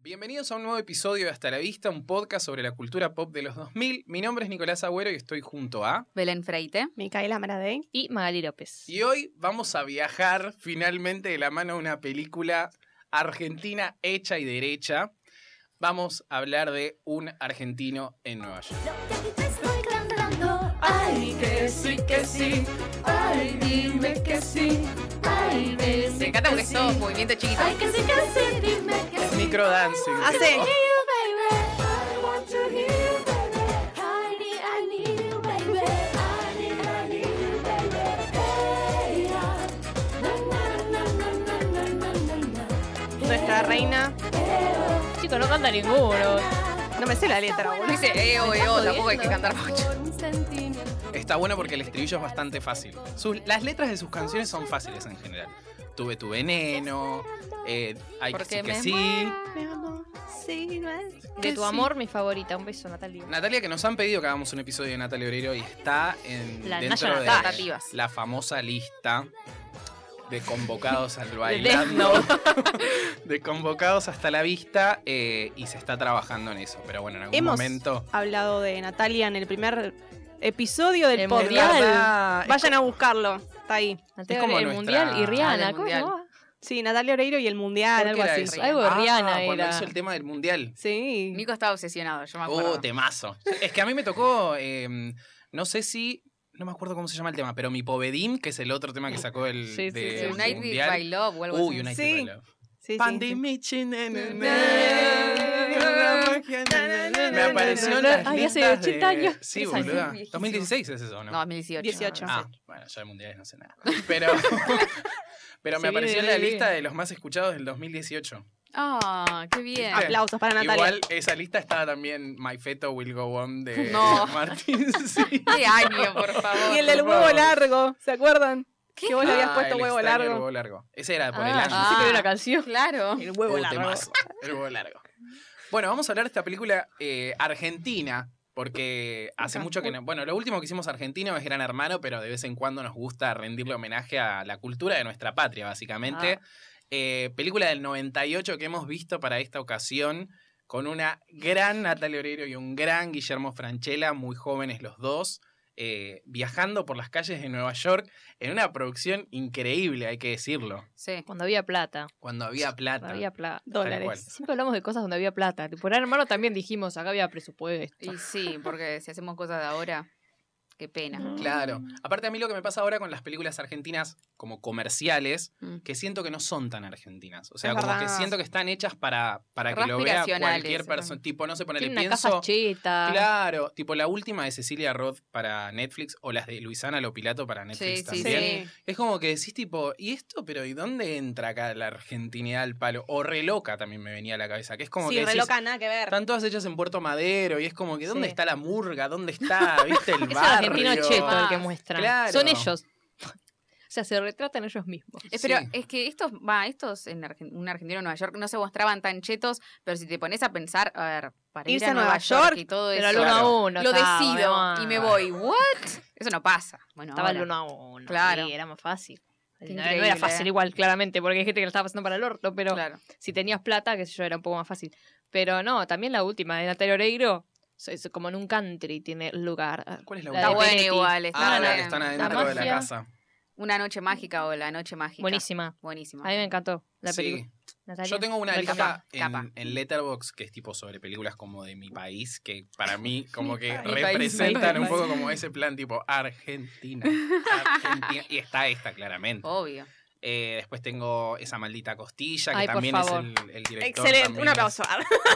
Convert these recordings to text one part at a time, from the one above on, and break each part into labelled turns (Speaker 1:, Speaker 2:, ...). Speaker 1: Bienvenidos a un nuevo episodio de Hasta la Vista, un podcast sobre la cultura pop de los 2000. Mi nombre es Nicolás Agüero y estoy junto a...
Speaker 2: Belén Freite
Speaker 3: Micaela Maradei.
Speaker 2: y Magali López.
Speaker 1: Y hoy vamos a viajar finalmente de la mano a una película argentina hecha y derecha. Vamos a hablar de un argentino en Nueva York.
Speaker 4: Lo que aquí te estoy cantando, ay que sí, que sí, ay dime que sí, ay que sí,
Speaker 2: Me encanta porque
Speaker 4: que
Speaker 2: es
Speaker 4: sí.
Speaker 2: todo movimiento chiquito.
Speaker 4: Ay que sí, que sí, dime que sí.
Speaker 1: Micro dancing.
Speaker 2: Ah,
Speaker 3: Hace-
Speaker 4: I want to hear you, baby. I want to hear you, baby. Honey, I need you, baby. Honey, I need you, baby. Hey, ah. Na, na, na, na, na, na, na, na.
Speaker 3: Nuestra reina.
Speaker 5: Chicos, no canta ninguno.
Speaker 4: oh, ah.
Speaker 3: No me sé la letra,
Speaker 2: No
Speaker 3: boludo.
Speaker 2: dice eh, oh, eh, oh, tampoco hay que cantar mucho.
Speaker 4: Por un sentimiento.
Speaker 1: Está bueno porque el estribillo es bastante fácil. Sus- las letras de sus canciones son fáciles en general. Tuve tu veneno, eh, ay que
Speaker 2: Porque
Speaker 1: sí, que
Speaker 2: me
Speaker 1: sí.
Speaker 3: Mi amor, sí, no es-
Speaker 5: De tu amor, mi favorita. Un beso, Natalia.
Speaker 1: Natalia, que nos han pedido que hagamos un episodio de Natalia Obrero y está en,
Speaker 5: La
Speaker 1: dentro
Speaker 5: National
Speaker 1: de
Speaker 2: Tentativas.
Speaker 1: la famosa lista de convocados al
Speaker 5: De
Speaker 1: bailando, de convocados hasta la vista eh, y se está trabajando en eso. Pero bueno, en algún
Speaker 3: Hemos
Speaker 1: momento...
Speaker 3: Hablado de Natalia en el primer episodio del
Speaker 5: El
Speaker 3: podcast.
Speaker 5: mundial.
Speaker 1: Ah, es
Speaker 3: Vayan a buscarlo. Está ahí.
Speaker 5: Natalia,
Speaker 1: Es como
Speaker 5: el
Speaker 1: nuestra-
Speaker 5: mundial y
Speaker 2: Ah,
Speaker 5: Rihanna.
Speaker 2: el
Speaker 5: ¿Cómo
Speaker 2: mundial.
Speaker 5: va?
Speaker 3: Sí, Natalia Oreiro y el
Speaker 1: ¿por
Speaker 3: mundial,
Speaker 1: qué
Speaker 3: algo
Speaker 1: era
Speaker 3: así.
Speaker 1: eso?
Speaker 5: Algo de
Speaker 1: Ah,
Speaker 5: Rihanna
Speaker 1: cuando
Speaker 5: era.
Speaker 1: hizo el tema del mundial.
Speaker 3: Sí.
Speaker 2: Nico estaba obsesionado, yo me acuerdo.
Speaker 1: Oh, temazo. Es que a mí me tocó, eh, no sé si, no me acuerdo cómo se llama el tema, pero Mi Povedín, que es el otro tema que sacó el
Speaker 5: Sí, sí,
Speaker 1: de-
Speaker 5: sí.
Speaker 1: del
Speaker 2: United
Speaker 1: mundial.
Speaker 2: by Love o algo
Speaker 1: Uy,
Speaker 2: así.
Speaker 1: United
Speaker 3: Sí.
Speaker 1: by Love.
Speaker 3: Sí, sí, sí.
Speaker 1: Pandemiche, na, na, na.
Speaker 3: Con la
Speaker 1: magia, na, na, na,
Speaker 3: Me apareció
Speaker 1: na,
Speaker 3: en
Speaker 1: na,
Speaker 3: las
Speaker 1: na.
Speaker 5: Ay, hace
Speaker 1: listas
Speaker 5: 80
Speaker 1: de-
Speaker 5: años.
Speaker 1: Sí,
Speaker 5: Es año
Speaker 1: boluda.
Speaker 2: viejísimo.
Speaker 1: 2016 es eso, ¿no?
Speaker 2: No, 2018.
Speaker 3: 18.
Speaker 1: Ah, bueno, yo de mundiales no sé nada. Pero, pero
Speaker 5: Se
Speaker 1: me
Speaker 5: viene,
Speaker 1: apareció en la
Speaker 5: se viene.
Speaker 1: lista de los más escuchados del 2018.
Speaker 2: Ah, qué bien.
Speaker 1: Ah,
Speaker 3: Aplausos para Natalia.
Speaker 1: Igual esa lista estaba también My Feto Will Go On de
Speaker 2: No.
Speaker 1: Martín. Sí.
Speaker 2: Qué año, por favor.
Speaker 3: Y el del
Speaker 1: por
Speaker 3: huevo
Speaker 1: favor.
Speaker 3: largo, ¿se acuerdan? Que vos le habías
Speaker 1: Ah,
Speaker 3: puesto
Speaker 1: el
Speaker 3: huevo
Speaker 1: extraño del
Speaker 3: largo.
Speaker 1: huevo largo. Ese era por el
Speaker 5: Ah,
Speaker 1: año.
Speaker 5: pensé que era una canción.
Speaker 2: Claro.
Speaker 3: El
Speaker 1: Oh,
Speaker 3: huevo largo.
Speaker 1: temazo. El huevo largo. Bueno, vamos a hablar de esta película eh, argentina, porque hace
Speaker 3: Ajá.
Speaker 1: mucho que no. Bueno, lo último que hicimos argentino es Gran Hermano, pero de vez en cuando nos gusta rendirle homenaje a la cultura de nuestra patria,
Speaker 3: Ah.
Speaker 1: básicamente. Eh, película del 98 que hemos visto para esta ocasión, con una gran Natalia Oreiro y un gran Guillermo Franchella, muy jóvenes los dos. eh, viajando por las calles de Nueva York en una producción increíble, hay que decirlo.
Speaker 2: Sí.
Speaker 5: Cuando había plata.
Speaker 1: Cuando había plata.
Speaker 5: Cuando había plata.
Speaker 1: cual.
Speaker 3: Dólares.
Speaker 5: Siempre hablamos de cosas donde había plata. Por ahí, hermano también dijimos, acá había presupuesto.
Speaker 2: Y sí, porque si hacemos cosas de ahora, qué pena.
Speaker 1: Claro. Aparte a mí lo que me pasa ahora con las películas argentinas como comerciales,
Speaker 2: Mm.
Speaker 1: que siento que no son tan argentinas. O sea,
Speaker 3: Es
Speaker 1: como que
Speaker 3: verdad.
Speaker 1: siento que están hechas para, para que lo vea
Speaker 2: Aspiracionales,
Speaker 1: cualquier persona.
Speaker 2: ajá.
Speaker 1: Tipo, no sé, ponele,
Speaker 5: Tiene una casa
Speaker 1: pienso...
Speaker 5: cheta.
Speaker 1: Claro, tipo la última de Cecilia Roth para Netflix o las de Luisana Lopilato para Netflix
Speaker 2: Sí, sí,
Speaker 1: también.
Speaker 3: Sí.
Speaker 1: Es como que decís tipo, ¿y esto? Pero ¿y dónde entra acá la argentinidad al palo? O Reloca también me venía a la cabeza, que es como
Speaker 3: sí,
Speaker 1: que decís,
Speaker 3: reloca, nada que ver.
Speaker 1: están todas hechas en Puerto Madero y es como que ¿dónde
Speaker 5: Sí.
Speaker 1: está la murga? ¿Dónde está, viste, el
Speaker 5: Es el
Speaker 1: barrio?
Speaker 5: argentino cheto el que
Speaker 2: Ah,
Speaker 5: muestran.
Speaker 1: claro.
Speaker 5: Son ellos. O sea, se retratan ellos mismos.
Speaker 2: Eh, Pero
Speaker 1: Sí.
Speaker 2: es que estos, va, estos en Argen- un argentino en Nueva York no se mostraban tan chetos, pero si te pones a pensar, a ver, para ir
Speaker 3: Irse
Speaker 2: a Nueva York, y todo
Speaker 5: Pero al
Speaker 2: eso,
Speaker 5: uno
Speaker 1: claro.
Speaker 5: a uno.
Speaker 2: lo
Speaker 5: estaba,
Speaker 2: decido
Speaker 5: mamá.
Speaker 2: y me voy. ¿What? Eso no pasa. Bueno,
Speaker 5: Estaba el
Speaker 2: ahora.
Speaker 5: uno a uno.
Speaker 2: Claro.
Speaker 5: sí, era más fácil.
Speaker 2: Qué
Speaker 5: No, no
Speaker 2: increíble,
Speaker 5: era fácil
Speaker 2: eh.
Speaker 5: igual, claramente, porque hay gente que la estaba pasando para el orto, pero
Speaker 2: Claro.
Speaker 5: si tenías plata, qué sé yo, era un poco más fácil. Pero no, también la última de Natalia Oreiro, so- es como en un country tiene lugar.
Speaker 1: ¿Cuál es la
Speaker 5: eh,
Speaker 1: última?
Speaker 5: La
Speaker 2: Está
Speaker 5: de
Speaker 2: bueno
Speaker 5: Peretti.
Speaker 2: igual. Está
Speaker 1: Ah,
Speaker 5: No, no,
Speaker 1: la
Speaker 2: bien.
Speaker 1: que están
Speaker 5: la
Speaker 1: adentro de la
Speaker 5: magia.
Speaker 1: casa.
Speaker 2: Una noche mágica o la noche mágica.
Speaker 5: Buenísima.
Speaker 2: Buenísima.
Speaker 5: A mí me encantó la
Speaker 1: Sí.
Speaker 5: película. Natalia.
Speaker 1: Yo tengo una
Speaker 5: Del
Speaker 1: lista
Speaker 2: capa,
Speaker 1: en,
Speaker 2: capa.
Speaker 1: en Letterboxd que es tipo sobre películas como de mi país, que para mí como que
Speaker 2: país, mi país,
Speaker 1: representan
Speaker 2: mi
Speaker 1: un
Speaker 2: país.
Speaker 1: poco como ese plan tipo Argentina. Argentina. y está esta, claramente.
Speaker 2: Obvio.
Speaker 1: Eh, después tengo esa maldita costilla, que
Speaker 5: Ay, por
Speaker 1: también es
Speaker 5: favor.
Speaker 1: el, el director.
Speaker 3: Excelente,
Speaker 1: también
Speaker 3: un
Speaker 1: es-
Speaker 3: aplauso.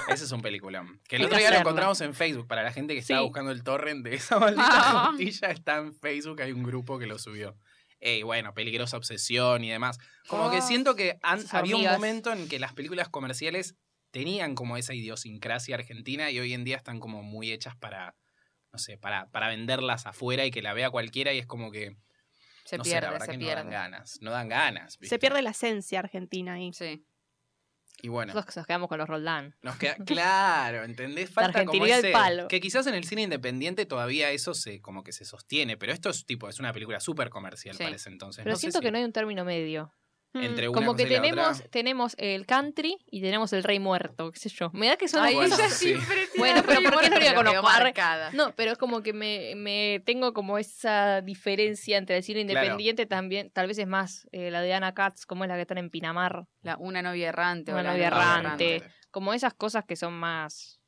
Speaker 1: Ese es un peliculón. Que el
Speaker 5: Hay
Speaker 1: otro
Speaker 5: que
Speaker 1: día lo
Speaker 5: hacerlo.
Speaker 1: encontramos en Facebook. Para la gente que estaba
Speaker 5: Sí.
Speaker 1: buscando el torrent de esa maldita
Speaker 2: Ah.
Speaker 1: costilla, está en Facebook. Hay un grupo que lo subió. Y bueno, peligrosa obsesión y demás. Como que
Speaker 2: Ah.
Speaker 1: siento que an-
Speaker 5: Esas
Speaker 1: había un
Speaker 5: hormigas.
Speaker 1: momento en que las películas comerciales tenían como esa idiosincrasia argentina y hoy en día están como muy hechas para, no sé, para, para venderlas afuera y que la vea cualquiera y es como que,
Speaker 2: Se
Speaker 1: no sé, la
Speaker 2: pierde,
Speaker 1: verdad
Speaker 2: se
Speaker 1: que no dan
Speaker 2: pierde.
Speaker 1: ganas. No dan ganas. ¿viste?
Speaker 3: Se pierde la esencia argentina ahí.
Speaker 2: Sí.
Speaker 1: Y bueno.
Speaker 5: Nosotros nos quedamos con los Roldán.
Speaker 1: Nos queda claro, ¿entendés? Falta como
Speaker 5: argentinidad al
Speaker 1: ese,
Speaker 5: palo.
Speaker 1: que quizás en el cine independiente todavía eso se como que se sostiene, pero esto es tipo es una película súper comercial
Speaker 2: Sí.
Speaker 1: parece entonces.
Speaker 5: Pero
Speaker 1: no sé
Speaker 5: siento
Speaker 1: si-
Speaker 5: que no hay un término medio.
Speaker 1: Entre una
Speaker 5: Como
Speaker 1: cosa
Speaker 5: que
Speaker 1: y la otra.
Speaker 5: tenemos, tenemos el country y tenemos el rey muerto, qué sé yo. Me da que son
Speaker 1: Ay,
Speaker 5: las
Speaker 1: ella
Speaker 5: cosas-
Speaker 1: sí.
Speaker 5: Bueno, pero ¿por qué no la conozco? Arre.
Speaker 2: marcada.
Speaker 5: No, pero es como que me, me tengo como esa diferencia entre el cine
Speaker 1: Claro.
Speaker 5: independiente también, tal vez es más eh, la de Ana Katz, como es la que están en Pinamar,
Speaker 2: La- una novia errante. o
Speaker 5: Una
Speaker 2: la
Speaker 5: novia
Speaker 1: Ah, bueno,
Speaker 5: errante.
Speaker 1: ponele.
Speaker 5: como esas cosas que son más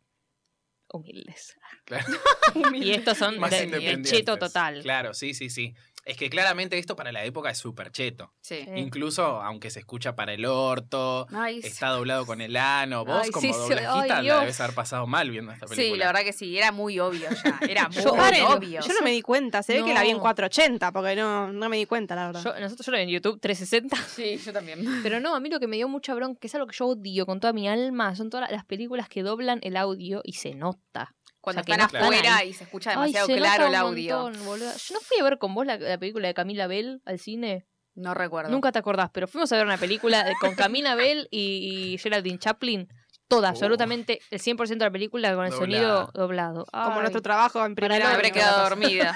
Speaker 5: humildes.
Speaker 1: Claro.
Speaker 5: y estos son
Speaker 1: Más
Speaker 5: de, de
Speaker 1: independientes.
Speaker 5: cheto total.
Speaker 1: Claro, sí, sí, sí. Es que claramente esto para la época es súper cheto.
Speaker 2: Sí.
Speaker 5: Sí.
Speaker 1: Incluso aunque se escucha para el orto,
Speaker 2: Ay, sí.
Speaker 1: está doblado con el ano. Vos
Speaker 5: Ay,
Speaker 1: como
Speaker 5: sí, sí.
Speaker 1: doblajista
Speaker 5: Ay,
Speaker 1: la
Speaker 5: Dios.
Speaker 1: debes haber pasado mal viendo esta película.
Speaker 2: Sí, la verdad que sí, era muy obvio ya. Era muy
Speaker 5: Yo-
Speaker 3: Paren,
Speaker 2: obvio.
Speaker 3: yo no me di cuenta, se ve que la vi en
Speaker 5: No.
Speaker 3: 480, porque no, no me di cuenta, la verdad.
Speaker 5: Yo, nosotros yo lo vi en YouTube 360.
Speaker 2: Sí, yo también.
Speaker 5: Pero no, a mí lo que me dio mucha bronca, que es algo que yo odio con toda mi alma, son todas las películas que doblan el audio y se nota.
Speaker 2: Cuando
Speaker 5: O sea, que
Speaker 2: están
Speaker 5: no están
Speaker 2: afuera
Speaker 5: ahí.
Speaker 2: y se escucha
Speaker 5: Ay,
Speaker 2: demasiado
Speaker 5: se
Speaker 2: claro
Speaker 5: nota
Speaker 2: el
Speaker 5: un
Speaker 2: audio.
Speaker 5: montón, boluda. Yo no fui a ver con vos la, la película de Camila Bell al cine.
Speaker 2: No recuerdo.
Speaker 5: Nunca te acordás, pero fuimos a ver una película de- con Camila Bell y, y Geraldine Chaplin. Toda,
Speaker 1: Oh.
Speaker 5: absolutamente el 100% de la película con el
Speaker 1: Doblada.
Speaker 5: sonido doblado.
Speaker 3: Como
Speaker 5: Ay.
Speaker 3: nuestro trabajo en primer
Speaker 5: Para
Speaker 2: Me
Speaker 5: no
Speaker 3: año.
Speaker 2: habré
Speaker 5: no
Speaker 2: quedado
Speaker 5: pasa.
Speaker 2: dormida.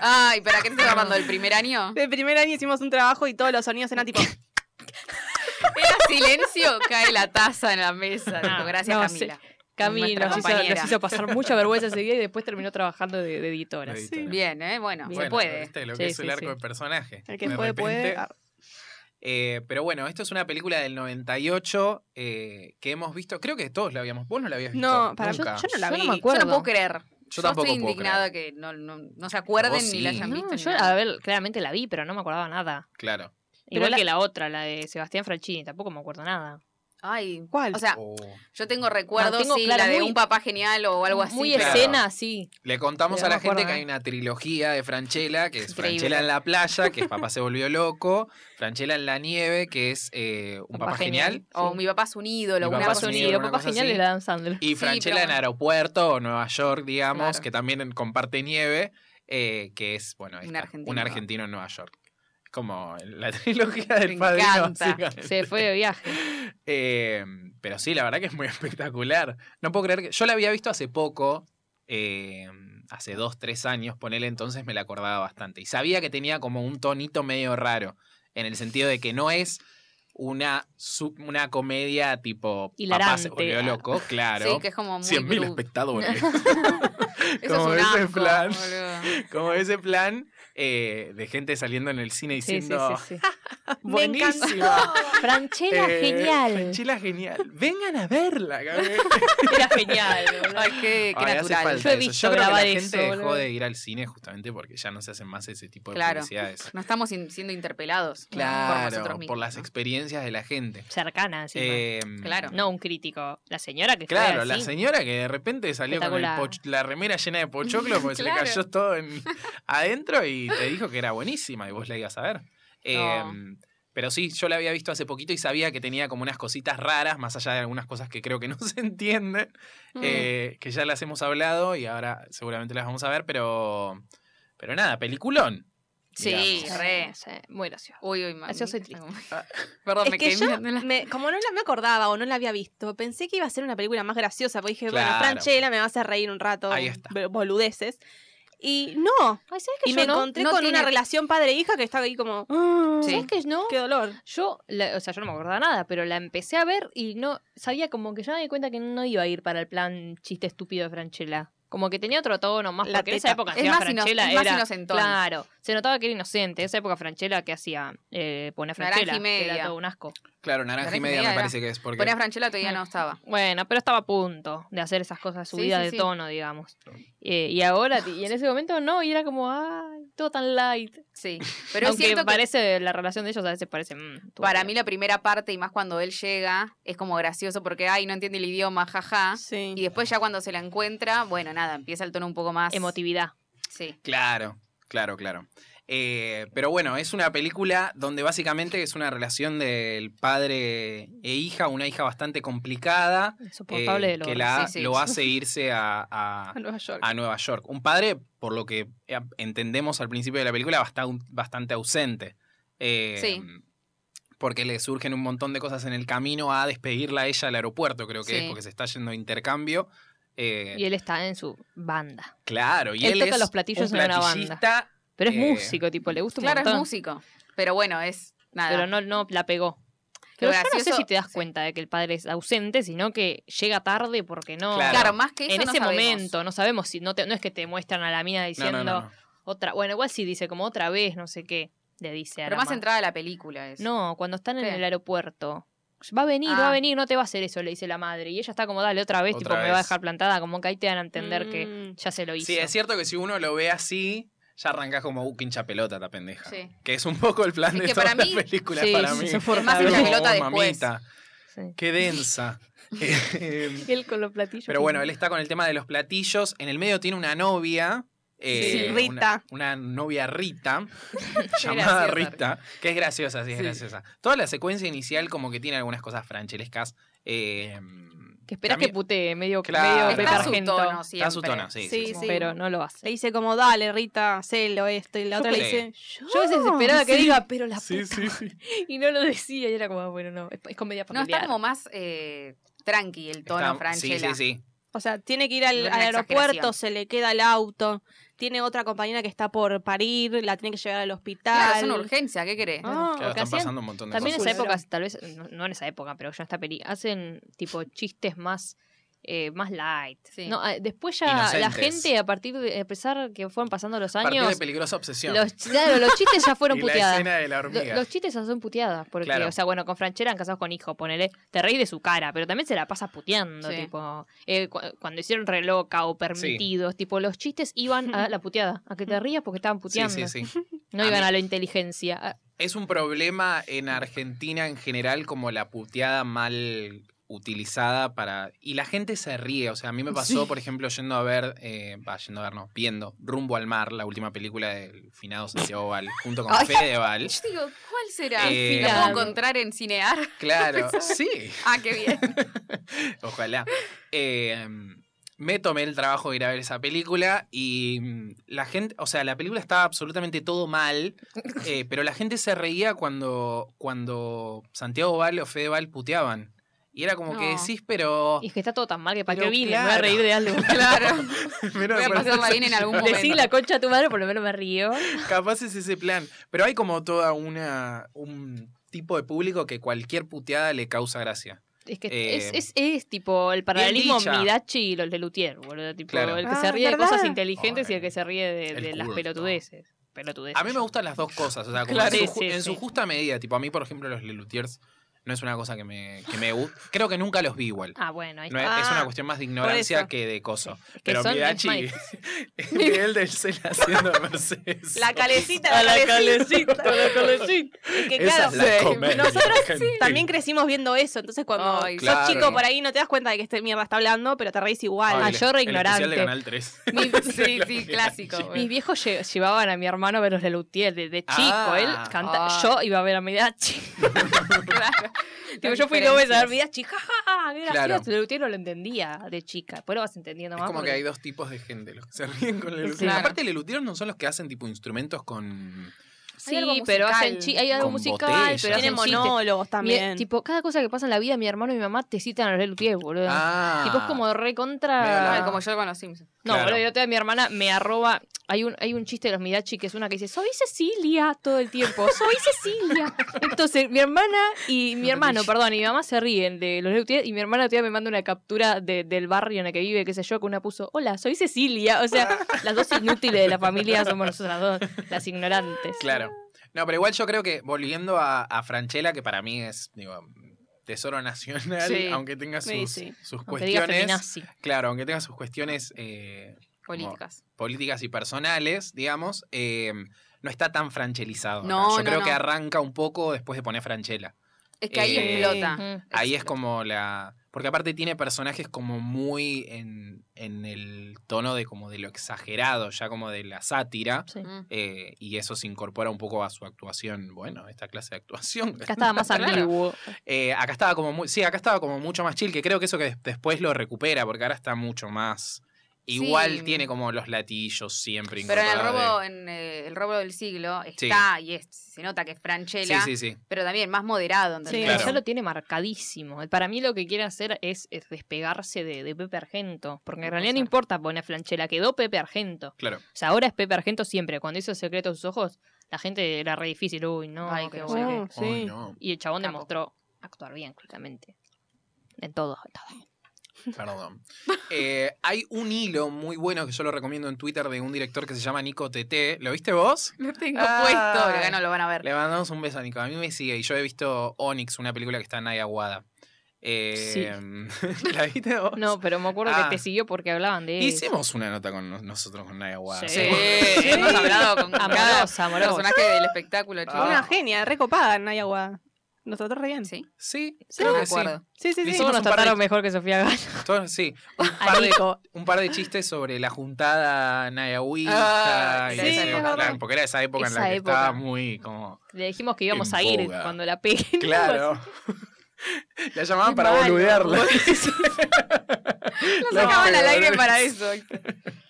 Speaker 2: Ay, ¿para qué te estoy hablando del primer año?
Speaker 3: De primer año hicimos un trabajo y todos los sonidos eran tipo.
Speaker 2: Era silencio, cae la taza en la mesa.
Speaker 5: Ah,
Speaker 2: Tipo, gracias,
Speaker 5: no
Speaker 2: Camila.
Speaker 5: Camila
Speaker 2: nuestra
Speaker 5: nos hizo,
Speaker 2: compañera.
Speaker 5: nos hizo pasar mucha vergüenza ese día y después terminó trabajando de, de editora.
Speaker 1: De
Speaker 5: Sí.
Speaker 1: editora.
Speaker 2: Bien, ¿eh? Bueno,
Speaker 1: Bueno,
Speaker 2: se puede.
Speaker 1: ¿viste lo
Speaker 5: Sí,
Speaker 1: que es
Speaker 5: sí,
Speaker 1: el arco
Speaker 5: sí.
Speaker 1: del personaje.
Speaker 3: El que
Speaker 1: De
Speaker 3: puede, puede. ah.
Speaker 1: repente, Eh, pero bueno, esto es una película del 98 eh, que hemos visto. Creo que todos la habíamos. Vos no la habías visto.
Speaker 3: No, para yo,
Speaker 1: nunca.
Speaker 3: yo no la
Speaker 5: Yo
Speaker 3: vi.
Speaker 5: no me
Speaker 2: Yo no
Speaker 5: acuerdo.
Speaker 2: puedo creer.
Speaker 1: Yo tampoco
Speaker 2: estoy
Speaker 1: puedo
Speaker 2: indignada
Speaker 1: creer.
Speaker 2: que no, no, no se acuerden
Speaker 1: Vos
Speaker 2: ni
Speaker 1: sí.
Speaker 2: la hayan
Speaker 5: No,
Speaker 2: visto. ni
Speaker 5: yo,
Speaker 2: nada.
Speaker 5: a ver, claramente la vi, pero no me acordaba nada.
Speaker 1: Claro.
Speaker 3: Pero
Speaker 5: Igual
Speaker 3: la-
Speaker 5: que la otra, la de Sebastián Franchini, tampoco me acuerdo nada.
Speaker 2: Ay,
Speaker 3: ¿Cuál?
Speaker 2: o sea,
Speaker 1: Oh.
Speaker 2: yo tengo recuerdos,
Speaker 5: Ah, tengo,
Speaker 2: sí,
Speaker 5: claro,
Speaker 2: la de
Speaker 5: muy-
Speaker 2: un papá genial o algo así.
Speaker 5: Muy
Speaker 2: pero-
Speaker 1: Claro.
Speaker 5: escena, sí.
Speaker 1: Le contamos
Speaker 5: Pero
Speaker 1: a la
Speaker 5: no me acuerdo,
Speaker 1: gente que
Speaker 5: ¿eh?
Speaker 1: hay una trilogía de Franchella, que es
Speaker 2: Increíble.
Speaker 1: Franchella en la playa, que papá se volvió loco, Franchella en la nieve, que es eh, un papá, genial,
Speaker 2: O
Speaker 5: Sí.
Speaker 2: mi papá es un ídolo,
Speaker 1: Mi
Speaker 2: una
Speaker 1: papá
Speaker 5: Papá
Speaker 1: es
Speaker 2: cosa
Speaker 1: un
Speaker 2: así.
Speaker 1: ídolo,
Speaker 5: Sonido,
Speaker 1: una
Speaker 5: Papá
Speaker 1: cosa
Speaker 5: Genial
Speaker 1: así.
Speaker 5: es la Dan Sandler.
Speaker 1: y
Speaker 2: Sí,
Speaker 1: Franchella
Speaker 2: pero
Speaker 1: en
Speaker 2: bueno.
Speaker 1: aeropuerto o Nueva York, digamos,
Speaker 2: Claro.
Speaker 1: que también comparte nieve, eh, que es, bueno, esta,
Speaker 2: argentino.
Speaker 1: un argentino en Nueva York. Como la trilogía del
Speaker 2: Me
Speaker 1: padrino.
Speaker 2: encanta.
Speaker 1: básicamente.
Speaker 5: Se fue de viaje.
Speaker 1: Eh, pero sí, la verdad que es muy espectacular. No puedo creer que. Yo la había visto hace poco, eh, hace dos, tres años, ponele, entonces me la acordaba bastante. Y sabía que tenía como un tonito medio raro, en el sentido de que no es una, su- una comedia tipo. Papá se
Speaker 5: Hilarante.
Speaker 1: volvió loco, claro.
Speaker 2: ah. Sí, que es como muy.
Speaker 1: 100.000
Speaker 2: bru-
Speaker 1: espectadores.
Speaker 2: Eso
Speaker 1: como
Speaker 2: es
Speaker 1: ese
Speaker 2: un asco,
Speaker 1: plan.
Speaker 2: boludo.
Speaker 1: como ese plan eh, de gente saliendo en el cine
Speaker 5: Sí, sí,
Speaker 1: diciendo. "Ah,
Speaker 5: sí. sí.
Speaker 1: Buenísima.
Speaker 5: Franchella,
Speaker 1: eh,
Speaker 5: genial.
Speaker 1: Franchella genial. Vengan a verla, Gabriel.
Speaker 5: Era genial. boludo.
Speaker 2: Ay, qué, qué
Speaker 1: Ay, hace
Speaker 2: natural.
Speaker 1: falta
Speaker 5: Yo he
Speaker 1: eso.
Speaker 5: visto
Speaker 1: creo que
Speaker 5: grabar
Speaker 1: la
Speaker 5: eso,
Speaker 1: gente dejó
Speaker 5: boludo.
Speaker 1: de ir al cine justamente porque ya no se hacen más ese tipo de
Speaker 2: Claro.
Speaker 1: publicidades.
Speaker 2: No estamos in- siendo interpelados por
Speaker 1: Claro,
Speaker 2: nosotros
Speaker 1: por,
Speaker 2: mismos.
Speaker 1: las
Speaker 2: ¿no?
Speaker 1: experiencias de la gente.
Speaker 5: Cercana, encima.
Speaker 1: Eh,
Speaker 2: Claro.
Speaker 5: No un crítico. La señora que fue
Speaker 1: Claro,
Speaker 5: así.
Speaker 1: la señora que de repente salió con el
Speaker 5: Espectacular.
Speaker 1: poch- la remera llena de pochoclo porque se le
Speaker 2: Claro.
Speaker 1: cayó todo en- adentro y te dijo que era buenísima y vos la ibas a ver. Eh, Pero sí, yo la había visto hace poquito y sabía que tenía como unas cositas raras, más allá de algunas cosas que creo que no se entienden,
Speaker 3: Mm.
Speaker 5: Mm.
Speaker 1: eh, que ya las hemos hablado y ahora seguramente las vamos a ver, pero, pero nada, peliculón.
Speaker 2: Sí,
Speaker 1: digamos.
Speaker 2: re.
Speaker 5: Sí, Muy gracioso.
Speaker 2: Uy, uy, mami.
Speaker 5: Ah, Yo soy triste.
Speaker 2: Perdón,
Speaker 3: Es
Speaker 2: me
Speaker 3: que
Speaker 2: quedé
Speaker 3: yo,
Speaker 2: mirando la-
Speaker 3: me- como no la, me acordaba o no la había visto, pensé que iba a ser una película más graciosa, porque dije, bueno,
Speaker 1: Claro.
Speaker 3: Franchella me va a hacer reír un rato,
Speaker 1: Ahí está.
Speaker 3: b- boludeces. Y no,
Speaker 5: Ay, ¿sabes que
Speaker 3: y
Speaker 5: yo
Speaker 3: me
Speaker 5: no? Ah.
Speaker 3: encontré
Speaker 2: no
Speaker 3: con
Speaker 2: tiene-
Speaker 3: una relación padre-hija que estaba ahí como,
Speaker 5: ¿Sabes que no?
Speaker 3: qué dolor.
Speaker 5: Yo, la- o sea, yo no me acordaba nada, pero la empecé a ver y no sabía como que ya me di cuenta que no iba a ir para el plan chiste estúpido de Franchella. Como que tenía otro tono más,
Speaker 3: La
Speaker 5: porque en esa
Speaker 3: teta.
Speaker 5: época
Speaker 2: Es
Speaker 5: encima
Speaker 2: más ino-
Speaker 5: Franchella
Speaker 2: es más
Speaker 5: era-
Speaker 2: inocentón.
Speaker 5: Claro, se notaba que era inocente. En esa época Franchella que hacía eh, poner
Speaker 2: Naranja y
Speaker 5: Franchella, que
Speaker 2: media.
Speaker 5: era todo un asco.
Speaker 1: Claro, naranja, y media, me
Speaker 2: era.
Speaker 1: parece que es porque...
Speaker 2: Poné a Franchella todavía no estaba.
Speaker 5: Bueno, pero estaba a punto de hacer esas cosas
Speaker 2: Sí,
Speaker 5: subida
Speaker 2: sí,
Speaker 5: de
Speaker 2: sí.
Speaker 5: tono, digamos. Eh, y ahora, y en ese momento no, y era como, ay, todo tan light.
Speaker 2: Sí. Pero es
Speaker 5: Aunque
Speaker 2: cierto que
Speaker 5: parece, la relación de ellos a veces parece... mm, turbia.
Speaker 2: para mí la primera parte, y más cuando él llega, es como gracioso porque, ay, no entiende el idioma,
Speaker 5: Ah.
Speaker 2: jaja.
Speaker 3: Sí.
Speaker 2: Y después ya cuando se la encuentra, bueno, nada, empieza el tono un poco más...
Speaker 5: Emotividad.
Speaker 2: Sí.
Speaker 1: Claro, claro, claro. Eh, pero bueno, es una película donde básicamente es una relación del padre e hija, una hija bastante complicada, eh,
Speaker 5: Insoportable de lo
Speaker 1: que la-
Speaker 2: Sí, sí.
Speaker 1: lo hace irse a- a,
Speaker 3: a Nueva York.
Speaker 5: Ah.
Speaker 1: a Nueva York. Un padre, por lo que eh, entendemos al principio de la película, bastan- bastante ausente. Eh,
Speaker 2: Sí.
Speaker 1: Porque le surgen un montón de cosas en el camino a despedirla a ella al aeropuerto, creo que
Speaker 2: Sí.
Speaker 1: es, porque se está yendo de intercambio. Eh,
Speaker 5: Y él está en su banda.
Speaker 1: claro, y
Speaker 5: él
Speaker 1: él,
Speaker 5: toca
Speaker 1: es
Speaker 5: los platillos
Speaker 1: un
Speaker 5: en una banda.
Speaker 1: platillista,
Speaker 5: Pero es
Speaker 1: Eh,
Speaker 5: músico, tipo, le gusta un
Speaker 2: Claro, es
Speaker 5: montón.
Speaker 2: músico. Pero bueno, es Nada.
Speaker 5: pero no, no la pegó. Pero
Speaker 2: Lo
Speaker 5: yo no sé
Speaker 2: gracioso-
Speaker 5: si te das cuenta de que el padre es ausente, sino que llega tarde porque no.
Speaker 1: Claro.
Speaker 2: Claro, más que eso.
Speaker 5: en
Speaker 2: no
Speaker 5: ese
Speaker 2: sabemos.
Speaker 5: momento, no sabemos si no, te- no es que te muestran a la mina
Speaker 1: No,
Speaker 5: diciendo
Speaker 1: no, no, no.
Speaker 5: otra, bueno, igual sí dice como otra vez, no sé qué, le dice a
Speaker 2: Pero
Speaker 5: la
Speaker 2: más
Speaker 5: ma-
Speaker 2: entrada a la película es.
Speaker 5: No, cuando están en
Speaker 2: ¿Qué?
Speaker 5: el aeropuerto. Va a venir,
Speaker 2: Ah.
Speaker 5: va a venir, no te va a hacer eso, le dice la madre. Y ella está como, dale otra vez,
Speaker 1: Otra
Speaker 5: tipo, me va a
Speaker 1: vez.
Speaker 5: dejar plantada, como que ahí te dan a entender que
Speaker 3: Mm.
Speaker 5: ya se lo hizo.
Speaker 1: Sí, es cierto que si uno lo ve así, ya arrancás como, uh, pincha pelota, ta pendeja.
Speaker 2: Sí.
Speaker 1: Que es un poco el plan
Speaker 2: Es
Speaker 1: de
Speaker 2: que
Speaker 1: toda
Speaker 2: para
Speaker 1: la
Speaker 2: mí-
Speaker 1: película,
Speaker 5: Sí,
Speaker 1: para
Speaker 5: sí,
Speaker 1: mí.
Speaker 5: sí, fue
Speaker 2: Es más hincha
Speaker 1: Como,
Speaker 2: pelota
Speaker 1: "Oh,
Speaker 2: después".
Speaker 1: Mamita,
Speaker 5: Sí.
Speaker 1: qué densa. Eh,
Speaker 5: Él con los platillos.
Speaker 1: Pero bueno, él está con el tema de los platillos. En el medio tiene una novia. eh,
Speaker 3: Sí, Rita.
Speaker 1: Una, una novia Rita, llamada
Speaker 2: Graciosa,
Speaker 1: Rita, que es graciosa, sí, es
Speaker 2: Sí.
Speaker 1: graciosa. Toda la secuencia inicial como que tiene algunas cosas franchelescas. eh,
Speaker 5: Que esperas
Speaker 1: también-
Speaker 5: que putee, medio,
Speaker 1: Claro.
Speaker 5: medio
Speaker 1: Está
Speaker 5: Pepe
Speaker 2: Está su
Speaker 5: Argento,
Speaker 2: tono siempre.
Speaker 1: Está su tono, sí. sí,
Speaker 3: Sí,
Speaker 1: sí.
Speaker 3: sí.
Speaker 5: pero no lo hace.
Speaker 3: Le dice como, dale, Rita, hacelo esto. Y la
Speaker 5: Yo
Speaker 3: otra
Speaker 1: creo-
Speaker 3: le dice,
Speaker 5: Yo es desesperada que
Speaker 3: Sí.
Speaker 5: diga, pero la
Speaker 1: Sí,
Speaker 5: puta.
Speaker 1: sí, sí.
Speaker 5: Y no lo decía, y era como, "Ah, bueno, no, es, es comedia
Speaker 2: No,
Speaker 5: familiar.
Speaker 2: está como más eh, tranqui el tono,
Speaker 1: Está- Sí,
Speaker 2: Franchella.
Speaker 1: sí, sí.
Speaker 3: O sea, tiene que ir al,
Speaker 2: No es
Speaker 3: al
Speaker 2: una
Speaker 3: aeropuerto,
Speaker 2: exageración.
Speaker 3: se le queda el auto. Tiene otra compañera que está por parir, la tiene que llevar al hospital.
Speaker 2: Claro, es una urgencia, ¿qué querés?
Speaker 3: Ah,
Speaker 1: Claro, están
Speaker 5: ocasión.
Speaker 1: pasando un montón de
Speaker 5: También en
Speaker 1: cosas.
Speaker 5: esa
Speaker 3: Consuelo.
Speaker 5: época, tal vez, no, no en esa época, pero ya en esta peli, hacen tipo chistes más, eh, más light.
Speaker 2: Sí.
Speaker 5: No, ah, después ya la
Speaker 1: Inocentes.
Speaker 5: gente, a partir de, a pesar que fueron pasando los
Speaker 1: A partir de
Speaker 5: años,
Speaker 1: peligrosa obsesión.
Speaker 5: los, claro, los chistes ya fueron
Speaker 1: y La
Speaker 5: puteadas.
Speaker 1: escena de la
Speaker 5: Lo-
Speaker 1: hormiga.
Speaker 5: Los chistes ya son puteadas, porque,
Speaker 1: Claro.
Speaker 5: o sea, bueno, con Franchera eran casados con hijo, ponele, te reís de su cara, pero también se la pasa puteando,
Speaker 2: Sí.
Speaker 5: tipo, eh, cu- cuando hicieron reloca o permitidos, tipo, los chistes iban a la puteada, a que te rías porque estaban
Speaker 1: Sí,
Speaker 5: puteando,
Speaker 1: sí, sí.
Speaker 5: no
Speaker 1: A
Speaker 5: iban
Speaker 1: mí-
Speaker 5: a la inteligencia. Ah,
Speaker 1: Es un problema en Argentina en general como la puteada mal utilizada para... Y la gente se ríe, o sea, a mí me pasó, por ejemplo, yendo a ver, eh, va, yendo a ver, no, viendo Rumbo al Mar, la última película del finado Santiago Val, junto con
Speaker 2: Ay.
Speaker 1: Fedeval.
Speaker 2: Yo digo, ¿cuál será?
Speaker 1: Eh,
Speaker 2: ¿La
Speaker 5: Claro.
Speaker 2: puedo encontrar en Cinear?
Speaker 1: Claro, sí.
Speaker 2: Ah, qué bien.
Speaker 1: Ojalá. Eh, me tomé el trabajo de ir a ver esa película y mm, la gente, o sea, la película estaba absolutamente todo mal, eh, pero la gente se reía cuando, cuando Santiago Val o Fede Val puteaban. Y era como que
Speaker 2: No.
Speaker 1: decís, pero...
Speaker 5: Y es que está todo tan mal que para
Speaker 1: Pero
Speaker 5: qué vine, me voy a
Speaker 1: claro.
Speaker 5: reír de algo.
Speaker 2: Claro.
Speaker 1: Pero
Speaker 2: Voy a
Speaker 1: por eso
Speaker 2: pasarla bien en algún momento.
Speaker 5: Decí la concha a tu madre, por lo menos me río.
Speaker 1: Capaz es ese plan. Pero hay como toda una... un tipo de público que cualquier puteada le causa gracia.
Speaker 5: Es que
Speaker 1: Eh,
Speaker 5: es, es, es tipo el paralelismo
Speaker 1: dicha.
Speaker 5: Midachi y los Lelutier, boludo. Tipo,
Speaker 1: Claro.
Speaker 5: el que se
Speaker 3: Ah,
Speaker 5: ríe de
Speaker 3: ¿verdad?
Speaker 5: cosas inteligentes y el
Speaker 1: Ay,
Speaker 5: que se ríe de,
Speaker 1: el
Speaker 5: de las
Speaker 1: culto.
Speaker 5: pelotudeces. Pelotudeces.
Speaker 1: A mí me gustan las dos cosas, o sea, como
Speaker 5: Claro.
Speaker 1: en, su,
Speaker 5: Sí,
Speaker 1: ju-
Speaker 5: sí,
Speaker 1: en su
Speaker 5: sí.
Speaker 1: justa medida. Tipo, a mí, por ejemplo, los Lelutiers no es una cosa que me, que me gusta. Creo que nunca los vi igual.
Speaker 5: Ah, bueno, ahí
Speaker 1: No
Speaker 5: está.
Speaker 1: es,
Speaker 3: Ah,
Speaker 1: es una cuestión más de ignorancia
Speaker 3: eso.
Speaker 1: que de coso.
Speaker 5: Es que
Speaker 1: Pero
Speaker 5: son- es más
Speaker 1: Midachi,
Speaker 5: difícil.
Speaker 1: Miguel del Cel haciendo de Mercedes.
Speaker 3: La calecita, la calecita. la calecita. Es que
Speaker 1: Esa
Speaker 3: claro,
Speaker 1: es la
Speaker 3: sí,
Speaker 1: comedia
Speaker 3: nosotros
Speaker 1: argentina.
Speaker 3: también crecimos viendo eso. Entonces cuando
Speaker 2: Ay,
Speaker 3: sos
Speaker 1: claro.
Speaker 3: chico por ahí no te das cuenta de que este mierda está hablando, pero te reís
Speaker 1: Ay,
Speaker 3: igual.
Speaker 5: Ah,
Speaker 1: el-
Speaker 5: yo re
Speaker 1: el especial de
Speaker 5: ignorante.
Speaker 1: Canal 3.
Speaker 2: Mi- sí, sí, clásico.
Speaker 5: Mis viejos lle- llevaban a mi hermano a ver los Lelutier desde chico.
Speaker 1: Ah.
Speaker 5: Él canta,
Speaker 2: Ah.
Speaker 5: yo iba a ver a Midachi.
Speaker 2: Claro.
Speaker 5: Tipo,
Speaker 2: Las
Speaker 5: yo fui dos veces a ver
Speaker 2: diferencias.
Speaker 5: Midachi, jajaja, qué gracioso.
Speaker 1: Claro.
Speaker 5: Lelutier no lo entendía de chica. Después lo vas entendiendo
Speaker 1: Es
Speaker 5: más.
Speaker 1: como que
Speaker 5: porque-
Speaker 1: hay dos tipos de gente, los que se ríen con Lelutiers.
Speaker 5: Claro.
Speaker 1: Aparte, Lelutiers no son los que hacen tipo instrumentos con...
Speaker 5: Sí,
Speaker 2: algo
Speaker 5: pero
Speaker 2: musical.
Speaker 5: hacen chi- hay algo
Speaker 1: Con
Speaker 5: musical,
Speaker 1: botellas.
Speaker 5: pero
Speaker 1: Tiene
Speaker 3: Tienen
Speaker 5: hacen chistes.
Speaker 3: monólogos
Speaker 5: Mi- e
Speaker 2: eh,
Speaker 3: también.
Speaker 5: tipo, cada cosa que pasa en la vida, mi hermano y mi mamá te citan a los Lelutier, boludo.
Speaker 1: Ah.
Speaker 5: Tipo, es como re
Speaker 1: Medio
Speaker 5: contra.
Speaker 2: Ay, Ah, como yo con los Simpsons.
Speaker 5: No,
Speaker 1: Claro.
Speaker 5: boludo, yo te mi hermana me arroba. Hay un, hay un chiste de los Midachi que es una que dice, soy Cecilia todo el tiempo, soy Cecilia. Entonces, mi hermana y mi hermano, perdón, y mi mamá se ríen de los Lelutier y mi hermana tía me manda una captura de- del barrio en el que vive, qué sé yo, que una puso, hola, soy Cecilia. O sea, las dos inútiles de la familia somos nosotras dos, las ignorantes.
Speaker 1: Claro. No, pero igual yo creo que volviendo a, a Franchella, que para mí es, digo, tesoro nacional,
Speaker 2: Sí.
Speaker 1: aunque tenga sus,
Speaker 3: Sí, sí.
Speaker 1: sus
Speaker 5: Aunque diga
Speaker 1: cuestiones.
Speaker 5: feminazi.
Speaker 1: Claro, aunque tenga sus cuestiones eh,
Speaker 2: Políticas.
Speaker 1: políticas y personales, digamos, eh, no está tan franchelizado. acá.
Speaker 2: No,
Speaker 1: Yo
Speaker 2: no,
Speaker 1: creo
Speaker 2: no.
Speaker 1: que arranca un poco después de poner Franchella.
Speaker 2: Es que ahí
Speaker 1: Eh,
Speaker 2: explota.
Speaker 5: Ujú.
Speaker 1: Ahí es como la. Porque aparte tiene personajes como muy en, en el tono de como de lo exagerado, ya como de la sátira.
Speaker 5: Sí.
Speaker 2: Mm.
Speaker 1: eh, y eso se incorpora un poco a su actuación. Bueno, esta clase de actuación.
Speaker 5: Acá estaba más
Speaker 1: Claro.
Speaker 5: ambiguo.
Speaker 1: Eh, acá estaba como muy, sí, acá estaba como mucho más chill, que creo que eso que des- después lo recupera, porque ahora está mucho más. Igual
Speaker 2: Sí.
Speaker 1: tiene como los latillos siempre
Speaker 2: Pero en el
Speaker 1: incorporados de-
Speaker 2: robo, en eh, el robo del siglo está y es- se nota que es
Speaker 1: Sí,
Speaker 2: Franchella,
Speaker 1: sí, sí.
Speaker 2: pero también más moderado.
Speaker 3: Sí,
Speaker 2: ¿entendés?
Speaker 5: Pero
Speaker 1: claro.
Speaker 5: ya lo tiene marcadísimo. Para mí lo que quiere hacer es, es despegarse de, de Pepe Argento. Porque en
Speaker 2: Puede
Speaker 5: realidad no
Speaker 2: ser.
Speaker 5: importa poner flanchela, quedó Pepe Argento.
Speaker 1: Claro.
Speaker 5: O sea, ahora es Pepe Argento siempre. Cuando hizo Secreto de sus ojos, la gente era re difícil, uy, no,
Speaker 2: Ay,
Speaker 5: que
Speaker 2: qué
Speaker 5: no sé
Speaker 2: bueno.
Speaker 5: qué.
Speaker 3: Oh, sí.
Speaker 1: Ay, no,
Speaker 5: Y el chabón
Speaker 2: Capo.
Speaker 5: demostró actuar bien, claramente. En todo, en todo.
Speaker 1: perdón. Eh, hay un hilo muy bueno que yo lo recomiendo en Twitter de un director que se llama Nico TT. ¿Lo viste vos?
Speaker 2: Lo tengo
Speaker 1: Ah.
Speaker 2: puesto, pero acá no lo van a ver.
Speaker 1: Le mandamos un beso a Nico. A mí me sigue y yo he visto Onyx, una película que está en Ayahuada. ¿La viste vos?
Speaker 5: No, pero me acuerdo
Speaker 1: Ah.
Speaker 5: que te siguió porque hablaban de él.
Speaker 1: Hicimos una nota con nos- nosotros con Naya Wada.
Speaker 5: Sí.
Speaker 2: Sí, hemos hablado con cada
Speaker 5: Amorosa, amorosa.
Speaker 2: personaje del espectáculo, chicos.
Speaker 3: Una
Speaker 1: Ah.
Speaker 3: genia, recopada, Nayagua. Nos trató re bien. Sí,
Speaker 2: Sí,
Speaker 1: Sí,
Speaker 2: sí,
Speaker 1: creo
Speaker 2: me
Speaker 1: que sí.
Speaker 2: acuerdo.
Speaker 3: sí, sí.
Speaker 1: Le
Speaker 5: Todos
Speaker 1: hicimos
Speaker 5: nos
Speaker 1: un par de-
Speaker 5: trataron mejor que Sofía Gallo.
Speaker 1: Todos- sí. Un par,
Speaker 5: A
Speaker 1: de,
Speaker 5: Nico.
Speaker 1: un par de chistes sobre la juntada nayahuista.
Speaker 2: Ah,
Speaker 1: y
Speaker 3: sí,
Speaker 1: ese-
Speaker 3: es
Speaker 1: claro,
Speaker 3: verdad.
Speaker 1: porque era esa época en
Speaker 5: Esa
Speaker 1: la que
Speaker 5: época.
Speaker 1: estaba muy como.
Speaker 5: Le dijimos que íbamos
Speaker 1: En
Speaker 5: a ir
Speaker 1: boga.
Speaker 5: cuando la peguen.
Speaker 1: Claro. la llamaban para
Speaker 5: malo.
Speaker 1: boludearla.
Speaker 2: Lo
Speaker 1: La
Speaker 2: sacaban al
Speaker 1: peor.
Speaker 2: aire para eso.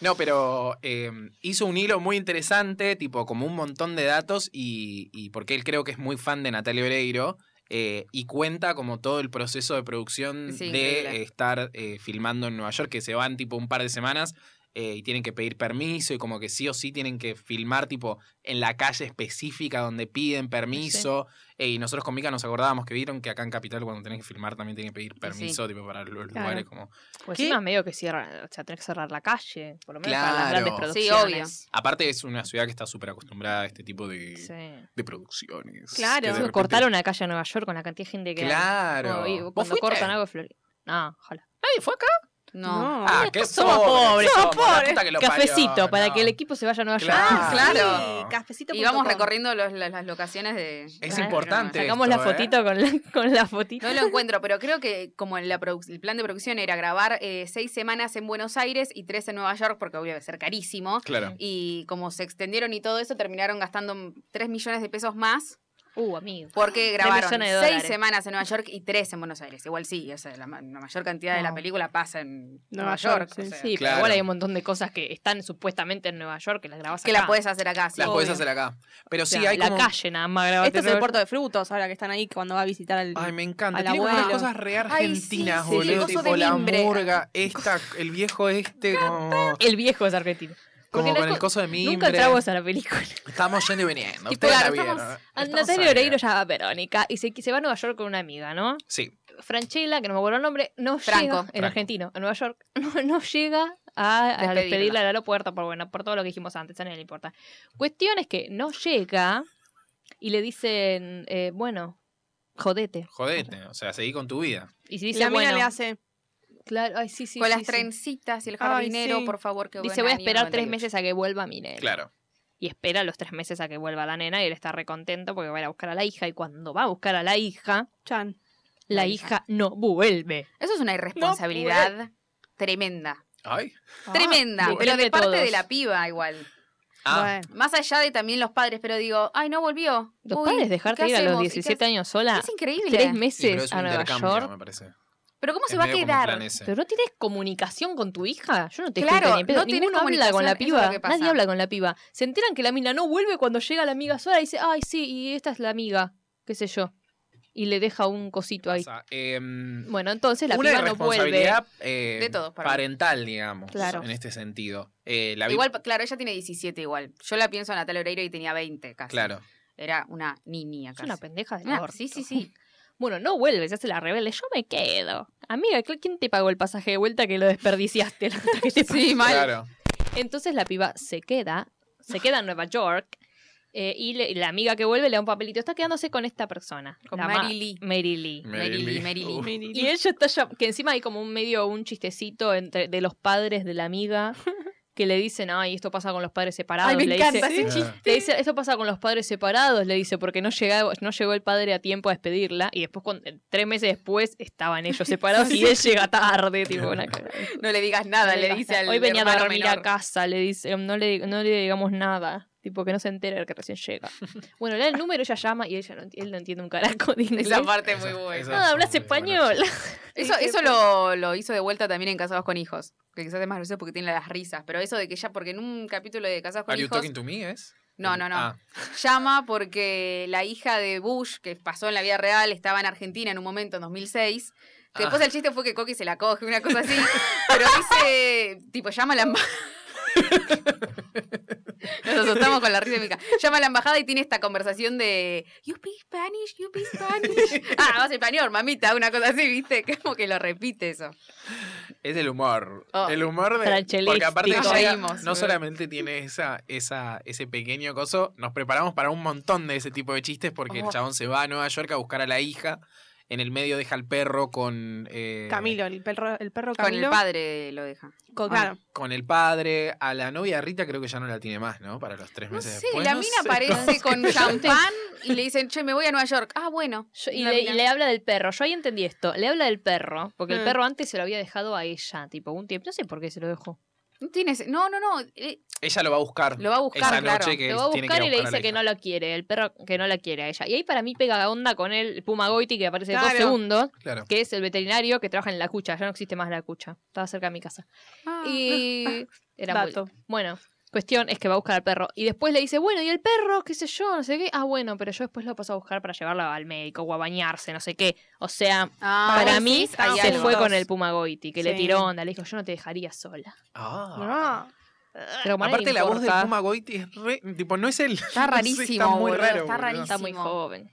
Speaker 1: No, pero eh, hizo un hilo muy interesante, tipo como un montón de datos y, y porque él creo que es muy fan de Natalia Oreiro eh, y cuenta como todo el proceso de producción
Speaker 2: Sí,
Speaker 1: de
Speaker 2: increíble.
Speaker 1: eh, estar eh, filmando en Nueva York, que se van tipo un par de semanas eh, y tienen que pedir permiso y como que sí o sí tienen que filmar tipo en la calle específica donde piden permiso. Eh, y nosotros con Mica nos acordábamos que vieron que acá en Capital cuando tenés que filmar también tienen que pedir permiso tipo para los
Speaker 3: Claro.
Speaker 1: lugares como...
Speaker 5: Pues
Speaker 1: ¿Qué?
Speaker 5: encima medio que cierra, o sea, tenés que cerrar la calle, por lo menos para las
Speaker 1: Claro.
Speaker 5: grandes
Speaker 2: Sí,
Speaker 5: producciones.
Speaker 1: Aparte es una ciudad que está súper acostumbrada a este tipo de...
Speaker 5: Sí.
Speaker 1: de producciones.
Speaker 3: Claro.
Speaker 1: que de
Speaker 3: Sí,
Speaker 1: repente-
Speaker 5: Cortaron la calle de Nueva York con la cantidad de gente que hay.
Speaker 1: Claro.
Speaker 5: Como, y
Speaker 1: ¿Vos
Speaker 5: cuando
Speaker 1: fuiste?
Speaker 5: cortan algo de Florida. No, ojalá.
Speaker 1: Ay, fue acá.
Speaker 2: No.
Speaker 1: Ah, qué
Speaker 5: somos pobres,
Speaker 1: somos
Speaker 5: somos
Speaker 1: la
Speaker 5: pobres.
Speaker 1: puta que lo
Speaker 5: Cafecito
Speaker 1: parió,
Speaker 5: para
Speaker 1: no.
Speaker 5: que el equipo se vaya a Nueva
Speaker 1: Claro.
Speaker 5: York. Ah,
Speaker 2: Claro.
Speaker 3: Sí, cafecito.
Speaker 2: Y vamos
Speaker 3: punto com.
Speaker 2: recorriendo los- las, las locaciones de...
Speaker 1: Es importante.
Speaker 5: Sacamos
Speaker 1: esto,
Speaker 5: la
Speaker 1: ¿eh?
Speaker 5: fotito con la, con la fotito.
Speaker 2: No lo encuentro, pero creo que como la produc- el plan de producción era grabar eh, seis semanas en Buenos Aires y tres en Nueva York, porque obvio debe ser carísimo.
Speaker 1: Claro.
Speaker 2: Y como se extendieron y todo eso, terminaron gastando 3 millones de pesos más
Speaker 5: Uh, amigo.
Speaker 2: porque grabaron
Speaker 5: millones de
Speaker 2: seis
Speaker 5: dólares.
Speaker 2: semanas en Nueva York y tres en Buenos Aires. Igual sí, o sea, la, ma- la mayor cantidad de la
Speaker 5: No.
Speaker 2: película pasa en
Speaker 3: Nueva
Speaker 2: Nueva, York.
Speaker 3: York,
Speaker 2: o
Speaker 3: sí,
Speaker 2: sea,
Speaker 5: Sí,
Speaker 1: Claro.
Speaker 5: pero igual hay un montón de cosas que están supuestamente en Nueva York que las grabás
Speaker 2: Que
Speaker 5: acá.
Speaker 2: la puedes hacer acá, sí.
Speaker 1: Las podés
Speaker 3: obvio.
Speaker 1: hacer acá. Pero
Speaker 5: O sea,
Speaker 1: sí, hay
Speaker 5: la
Speaker 1: como...
Speaker 5: calle nada más grabás.
Speaker 3: Esto Este es el puerto de frutos ahora que están ahí cuando va a visitar al.
Speaker 1: Ay, me encanta.
Speaker 3: Al
Speaker 1: Tiene como unas
Speaker 3: abuelo.
Speaker 1: cosas re
Speaker 2: Ay, sí,
Speaker 1: argentinas,
Speaker 2: sí,
Speaker 3: el
Speaker 1: boludo.
Speaker 3: coso
Speaker 1: Tipo
Speaker 2: de
Speaker 1: la
Speaker 2: mimbre.
Speaker 1: murga, esta, el viejo este, como,
Speaker 5: El viejo es argentino. Porque
Speaker 1: como
Speaker 5: la
Speaker 1: con el
Speaker 5: co-
Speaker 1: coso de mimbre.
Speaker 5: Nunca entramos a la película.
Speaker 1: Estamos yendo y viniendo.
Speaker 5: Y
Speaker 1: Ustedes la
Speaker 5: claro,
Speaker 1: vieron. ¿eh?
Speaker 5: estamos-
Speaker 1: Estamos
Speaker 5: Natalia
Speaker 1: ahí.
Speaker 5: Oreiro llama a Verónica y se, se va a Nueva York con una amiga, ¿no?
Speaker 1: Sí,
Speaker 5: Franchella, que no me acuerdo el nombre, no
Speaker 2: Franco.
Speaker 5: llega, en
Speaker 1: Franco.
Speaker 5: argentino, en Nueva York, no, no llega a, a
Speaker 2: Despedirla.
Speaker 5: despedirla del aeropuerto por bueno, por todo lo que dijimos antes, a nadie le importa. Cuestión es que no llega y le dicen, eh, bueno, jodete.
Speaker 1: jodete. O sea, seguí con tu vida.
Speaker 5: Y si
Speaker 3: Y
Speaker 5: dice,
Speaker 3: la mina
Speaker 5: bueno,
Speaker 3: le hace.
Speaker 5: claro, ay, sí, sí,
Speaker 2: Con
Speaker 5: sí, sí.
Speaker 2: las trencitas y el
Speaker 3: Ay,
Speaker 2: jardinero,
Speaker 3: sí.
Speaker 2: por favor, que
Speaker 5: Dice,
Speaker 2: vuelva
Speaker 5: voy a
Speaker 2: Daniel
Speaker 5: esperar tres
Speaker 2: 98".
Speaker 5: meses a que vuelva mi nena.
Speaker 1: Claro.
Speaker 5: Y espera los tres meses a que vuelva la nena y él está recontento porque va a ir a buscar a la hija. Y cuando va a buscar a la hija,
Speaker 3: Chan.
Speaker 5: la,
Speaker 2: La hija.
Speaker 5: hija. no vuelve.
Speaker 2: Eso es una irresponsabilidad tremenda.
Speaker 1: Ay.
Speaker 5: Ah,
Speaker 3: Ah.
Speaker 2: tremenda,
Speaker 5: sí.
Speaker 2: pero de
Speaker 5: Depende
Speaker 2: parte
Speaker 5: todos.
Speaker 2: de la piba igual.
Speaker 1: Ah,
Speaker 3: Bueno.
Speaker 2: Más allá de también los padres, pero digo, ay, no volvió.
Speaker 5: Los
Speaker 2: Uy,
Speaker 5: padres
Speaker 2: ¿y
Speaker 5: dejarte
Speaker 2: qué
Speaker 5: ir a los
Speaker 2: hacemos? ¿Y qué
Speaker 5: 17
Speaker 2: hace-
Speaker 5: años sola
Speaker 2: Es increíble.
Speaker 5: tres
Speaker 1: sí, pero
Speaker 5: meses
Speaker 1: es un
Speaker 5: a Nueva
Speaker 1: intercambio,
Speaker 5: York.
Speaker 1: me parece.
Speaker 2: Pero ¿cómo se
Speaker 1: Es
Speaker 2: va a
Speaker 1: medio como un
Speaker 2: quedar?
Speaker 1: plan ese.
Speaker 5: Pero no tienes comunicación con tu hija. Yo no te
Speaker 2: Claro,
Speaker 5: explico ni en pedo.
Speaker 2: no tenés
Speaker 5: Ninguno habla con la
Speaker 2: comunicación, eso es
Speaker 5: piba.
Speaker 2: lo que pasa.
Speaker 5: Nadie habla con la piba. Se enteran que la mina no vuelve cuando llega la amiga sola y dice, ay, sí, y esta es la amiga, qué sé yo. Y le deja un cosito ahí.
Speaker 1: Pasa, em,
Speaker 5: Bueno, entonces la
Speaker 1: una
Speaker 5: piba no vuelve.
Speaker 1: responsabilidad eh,
Speaker 2: De todos, para mí.
Speaker 1: parental, digamos,
Speaker 5: Claro.
Speaker 1: en este sentido. Eh, la vi-
Speaker 2: Igual, claro, ella tiene 17 igual. Yo la pienso a Natalia Oreiro y tenía 20 casi.
Speaker 1: claro.
Speaker 2: Era una niña
Speaker 5: Es
Speaker 2: casi.
Speaker 5: una pendeja de
Speaker 2: Ah, sí, sí, sí.
Speaker 5: Bueno, no vuelve, se hace la rebelde. Yo me quedo. Amiga, ¿qu- ¿quién te pagó el pasaje de vuelta que lo desperdiciaste? La puta que te parió?
Speaker 1: Claro.
Speaker 5: Entonces la piba se queda,
Speaker 2: Ah.
Speaker 5: se queda en Nueva York eh, y le- la amiga que vuelve le da un papelito. Está quedándose con esta persona.
Speaker 2: Con
Speaker 5: la ma-
Speaker 2: Mary Lee.
Speaker 5: Mary Lee.
Speaker 2: Mary Lee, Mary Lee.
Speaker 1: Uf.
Speaker 5: Y ella está ya, que encima hay como un medio, un chistecito entre, de los padres de la amiga que le dicen, ay, esto pasa con los padres separados.
Speaker 2: Ay, me
Speaker 5: le
Speaker 2: encanta
Speaker 5: dice,
Speaker 2: ese
Speaker 1: Claro.
Speaker 2: chiste.
Speaker 5: le dice, esto pasa con los padres separados, le dice, porque no, llega, no llegó el padre a tiempo a despedirla. Y después, cuando- tres meses después, estaban ellos separados y él llega tarde. Tipo, una cagada.
Speaker 2: No le digas nada, Ah, le dice al
Speaker 5: Hoy venía a
Speaker 2: hermano
Speaker 5: dormir
Speaker 2: menor.
Speaker 5: a casa, le dice, um, no le, no le digamos nada. Tipo, que no se entere que recién llega. Bueno, le da el número, ella llama y ella no, él no entiende un carajo. de inglés.
Speaker 2: Esa parte es
Speaker 1: Esa-
Speaker 2: muy buena.
Speaker 1: esa-
Speaker 5: Nada, hablas
Speaker 1: Muy buena.
Speaker 5: español.
Speaker 2: Eso, eso lo, lo hizo de vuelta también en Casados con Hijos. Que quizás es más gracioso porque tiene las risas. Pero eso de que ella, porque en un capítulo de Casados con
Speaker 1: Are you
Speaker 2: Hijos,
Speaker 1: talking to me, es?
Speaker 2: No, no, no.
Speaker 1: Ah,
Speaker 2: llama porque la hija de Bush, que pasó en la vida real, estaba en Argentina en un momento, en 2006.
Speaker 1: Ah.
Speaker 2: Que después el chiste fue que Coqui se la coge, una cosa así. pero dice, tipo, llama a la... ma- Nos asustamos con la risa de Mica. Llama a la embajada y tiene esta conversación de You speak Spanish, you speak Spanish. ah, vas español, mamita, una cosa así, ¿viste? Como que lo repite eso.
Speaker 1: Es el humor.
Speaker 2: Oh.
Speaker 1: El humor de.
Speaker 5: Franchelístico.
Speaker 1: Porque aparte
Speaker 2: Nos
Speaker 1: llega-
Speaker 2: reímos.
Speaker 1: no solamente tiene esa, esa, ese pequeño coso, nos preparamos para un montón de ese tipo de chistes porque el
Speaker 2: Oh.
Speaker 1: chabón se va a Nueva York a buscar a la hija. En el medio deja al perro con. eh,
Speaker 3: Camilo, el perro, el Ah, perro
Speaker 2: Con
Speaker 3: Camilo.
Speaker 2: el padre lo deja.
Speaker 3: con- claro.
Speaker 1: Con el padre. A la novia Rita creo que ya no la tiene más, ¿no? Para los tres
Speaker 2: No
Speaker 1: meses
Speaker 2: sé,
Speaker 1: después.
Speaker 2: la
Speaker 1: no
Speaker 2: mina
Speaker 1: sé.
Speaker 2: aparece con champán y le dicen, che, me voy a Nueva York. Ah, bueno.
Speaker 5: "Pues, Yo- y,
Speaker 2: La
Speaker 5: le, y
Speaker 2: mina.
Speaker 5: le habla del perro. Yo ahí entendí esto. Le habla del perro. Porque
Speaker 3: Mm.
Speaker 5: el perro antes se lo había dejado a ella, tipo, un tiempo. No sé por qué se lo dejó.
Speaker 2: No tienes. No, no, no. eh,
Speaker 1: Ella lo va a buscar.
Speaker 2: Lo va a buscar,
Speaker 1: esa
Speaker 2: claro.
Speaker 1: noche que
Speaker 5: lo va a
Speaker 1: tiene
Speaker 5: buscar
Speaker 1: que
Speaker 5: y le
Speaker 1: buscar a la
Speaker 5: dice que
Speaker 1: hija.
Speaker 5: no lo quiere. El perro que no la quiere a ella. Y ahí para mí pega onda con el Puma Goiti que aparece dos
Speaker 3: Claro.
Speaker 5: segundos.
Speaker 1: Claro.
Speaker 5: Que es el veterinario que trabaja en la cucha. Ya no existe más la cucha. Estaba cerca de mi casa.
Speaker 2: Ah.
Speaker 5: Y era muy-
Speaker 3: Dato.
Speaker 5: Bueno, cuestión es que va a buscar al perro. Y después le dice, bueno, ¿y el perro? ¿Qué sé yo? No sé qué. Ah, bueno, pero yo después lo paso a buscar para llevarlo al médico o a bañarse, no sé qué. O sea,
Speaker 2: Ah,
Speaker 5: para
Speaker 2: vos
Speaker 5: mí
Speaker 2: decís, hay
Speaker 5: se
Speaker 2: algo.
Speaker 5: fue
Speaker 3: juntos.
Speaker 5: con el Pumagoiti, que le
Speaker 3: Sí.
Speaker 5: tiró onda. Le dijo, yo no te dejaría sola.
Speaker 1: Ah.
Speaker 3: No.
Speaker 5: Pero como a nadie
Speaker 1: Aparte
Speaker 5: le
Speaker 1: la voz de
Speaker 5: importa,
Speaker 1: Puma Goiti es re, tipo no es el
Speaker 2: Está rarísimo,
Speaker 1: está muy
Speaker 2: boludo,
Speaker 1: raro.
Speaker 2: está
Speaker 1: boludo.
Speaker 2: rarísimo.
Speaker 5: Está muy joven.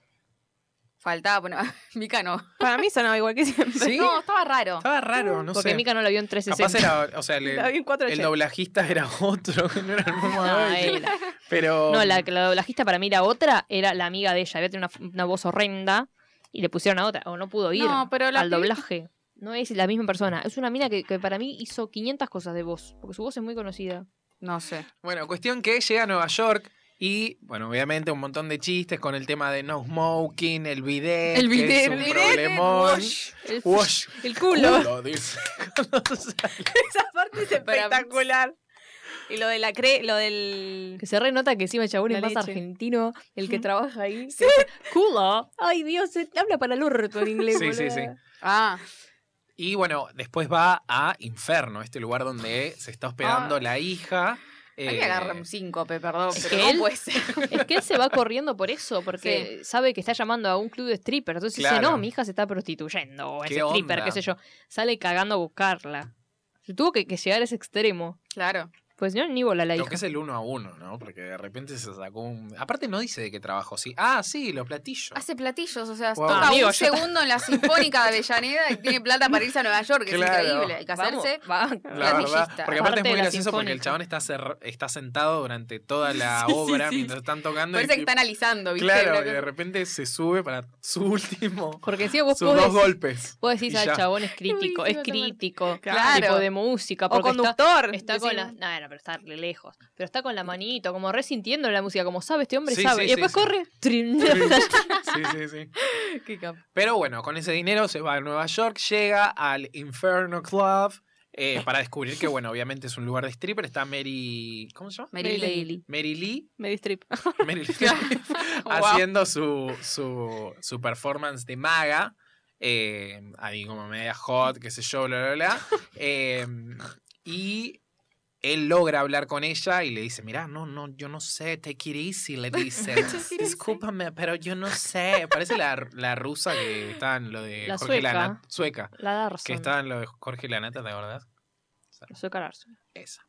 Speaker 2: Faltaba, bueno, Mica no.
Speaker 3: Para mí sonaba igual que siempre.
Speaker 1: Sí.
Speaker 2: No, estaba raro.
Speaker 1: Estaba raro, no
Speaker 5: Porque
Speaker 1: sé.
Speaker 5: Mika no lo vio en
Speaker 1: Capaz
Speaker 5: 360.
Speaker 1: era, o sea,
Speaker 3: La vi
Speaker 1: el,
Speaker 3: en 4
Speaker 1: el doblajista era otro, que no era el Puma
Speaker 5: No,
Speaker 1: Goiti.
Speaker 5: él-
Speaker 1: Pero
Speaker 5: Ah, no, la, la doblajista para mí la otra era la amiga de ella. Había tenido una, una voz horrenda y le pusieron a otra. O no pudo ir
Speaker 2: No, pero la
Speaker 5: al
Speaker 2: pibita-
Speaker 5: doblaje. No es la misma persona. Es una mina que, que para mí hizo 500 cosas de voz. Porque su voz es muy conocida.
Speaker 2: No sé.
Speaker 1: bueno, cuestión que llega a Nueva York y bueno, obviamente un montón de chistes con el tema de no smoking, el bidet,
Speaker 2: El
Speaker 1: que
Speaker 2: bidet,
Speaker 1: es un
Speaker 2: el bidet,
Speaker 1: problemón.
Speaker 5: El,
Speaker 1: Wash.
Speaker 5: el culo.
Speaker 1: Culo, dice.
Speaker 3: Esa parte es
Speaker 2: Para mí-
Speaker 3: espectacular. Y lo de la cre, lo del
Speaker 5: Que se renota que encima el chabón
Speaker 3: La
Speaker 5: es más
Speaker 3: leche.
Speaker 5: argentino, el que trabaja ahí. que dice, Culo. Ay, Dios, se- habla para el orto en inglés.
Speaker 1: Sí, sí,
Speaker 5: boluda.
Speaker 1: sí.
Speaker 2: Ah,
Speaker 1: Y bueno, después va a Inferno, este lugar donde se está hospedando la hija.
Speaker 2: a mí me
Speaker 1: eh,
Speaker 2: agarra un síncope, perdón,
Speaker 5: ¿es
Speaker 2: pero
Speaker 5: que
Speaker 2: no
Speaker 5: él?
Speaker 2: puede ser.
Speaker 5: Es que él se va corriendo por eso, porque sabe que está llamando a un club de strippers. Entonces dice,
Speaker 1: Claro.
Speaker 5: no, mi hija se está prostituyendo, o es
Speaker 1: ¿Qué
Speaker 5: stripper,
Speaker 1: onda?
Speaker 5: qué sé yo. Sale cagando a buscarla. Se tuvo que, que llegar a ese extremo.
Speaker 2: Claro.
Speaker 5: Pues no, ni bola la
Speaker 1: Lo
Speaker 5: hija.
Speaker 1: que es el uno a uno, ¿no? Porque de repente se sacó un. Aparte, no dice de qué trabajo, sí. Ah, sí, los platillos.
Speaker 2: Hace platillos, o sea,
Speaker 1: Wow.
Speaker 2: toca
Speaker 5: Amigo,
Speaker 2: un
Speaker 5: yo ta-
Speaker 2: segundo en la Sinfónica de Avellaneda y tiene plata para irse a Nueva York, que
Speaker 1: Claro.
Speaker 2: es increíble. Hay que hacerse
Speaker 5: Vamos, va.
Speaker 1: La verdad.
Speaker 2: platillista.
Speaker 1: Porque
Speaker 5: Aparte
Speaker 1: aparte es muy
Speaker 5: de la
Speaker 1: gracioso porque el
Speaker 5: sinfónica.
Speaker 1: chabón está, cer- está sentado durante toda la obra mientras están tocando. y
Speaker 2: Parece que
Speaker 1: tipo-
Speaker 2: está analizando, ¿viste? Una
Speaker 1: claro, y
Speaker 2: cosa-
Speaker 1: de repente se sube para su último.
Speaker 5: Porque si vos
Speaker 1: sus
Speaker 5: podés-
Speaker 1: dos golpes.
Speaker 5: Vos decís,
Speaker 1: Y
Speaker 5: al
Speaker 1: ya.
Speaker 5: chabón es crítico, es
Speaker 3: buenísimo,
Speaker 5: crítico.
Speaker 2: Claro.
Speaker 5: Tipo de música.
Speaker 3: o
Speaker 5: Porque está,
Speaker 3: conductor.
Speaker 5: está con la.
Speaker 3: decimos.
Speaker 5: No, no, pero está re lejos. Pero está con la manito, como resintiendo la música, como sabe, este hombre
Speaker 1: Sí,
Speaker 5: sabe.
Speaker 1: sí,
Speaker 5: y
Speaker 1: sí,
Speaker 5: después
Speaker 1: sí.
Speaker 5: corre. trin.
Speaker 1: Sí, sí, sí.
Speaker 2: Qué capo.
Speaker 1: Pero bueno, con ese dinero se va a Nueva York, llega al Inferno Club eh, para descubrir que, bueno, obviamente es un lugar de stripper. Está Mary. ¿Cómo se llama?
Speaker 2: Mary Lee.
Speaker 1: Mary Lee.
Speaker 3: Me distrip.
Speaker 1: Meryl Streep haciendo su, su, su performance de maga. eh, ahí como media hot, qué sé yo, bla, bla, bla. eh, y él logra hablar con ella y le dice, mirá, no, no, yo no sé, take it easy, le dice. Discúlpame, pero yo no sé. Parece la, la rusa que está en lo de
Speaker 5: La
Speaker 1: Jorge
Speaker 5: sueca.
Speaker 1: Lanata. Sueca.
Speaker 5: La Darson.
Speaker 1: Que estaba en lo de Jorge Lanata, ¿te acordás?
Speaker 5: Soy Cararson.
Speaker 1: Esa.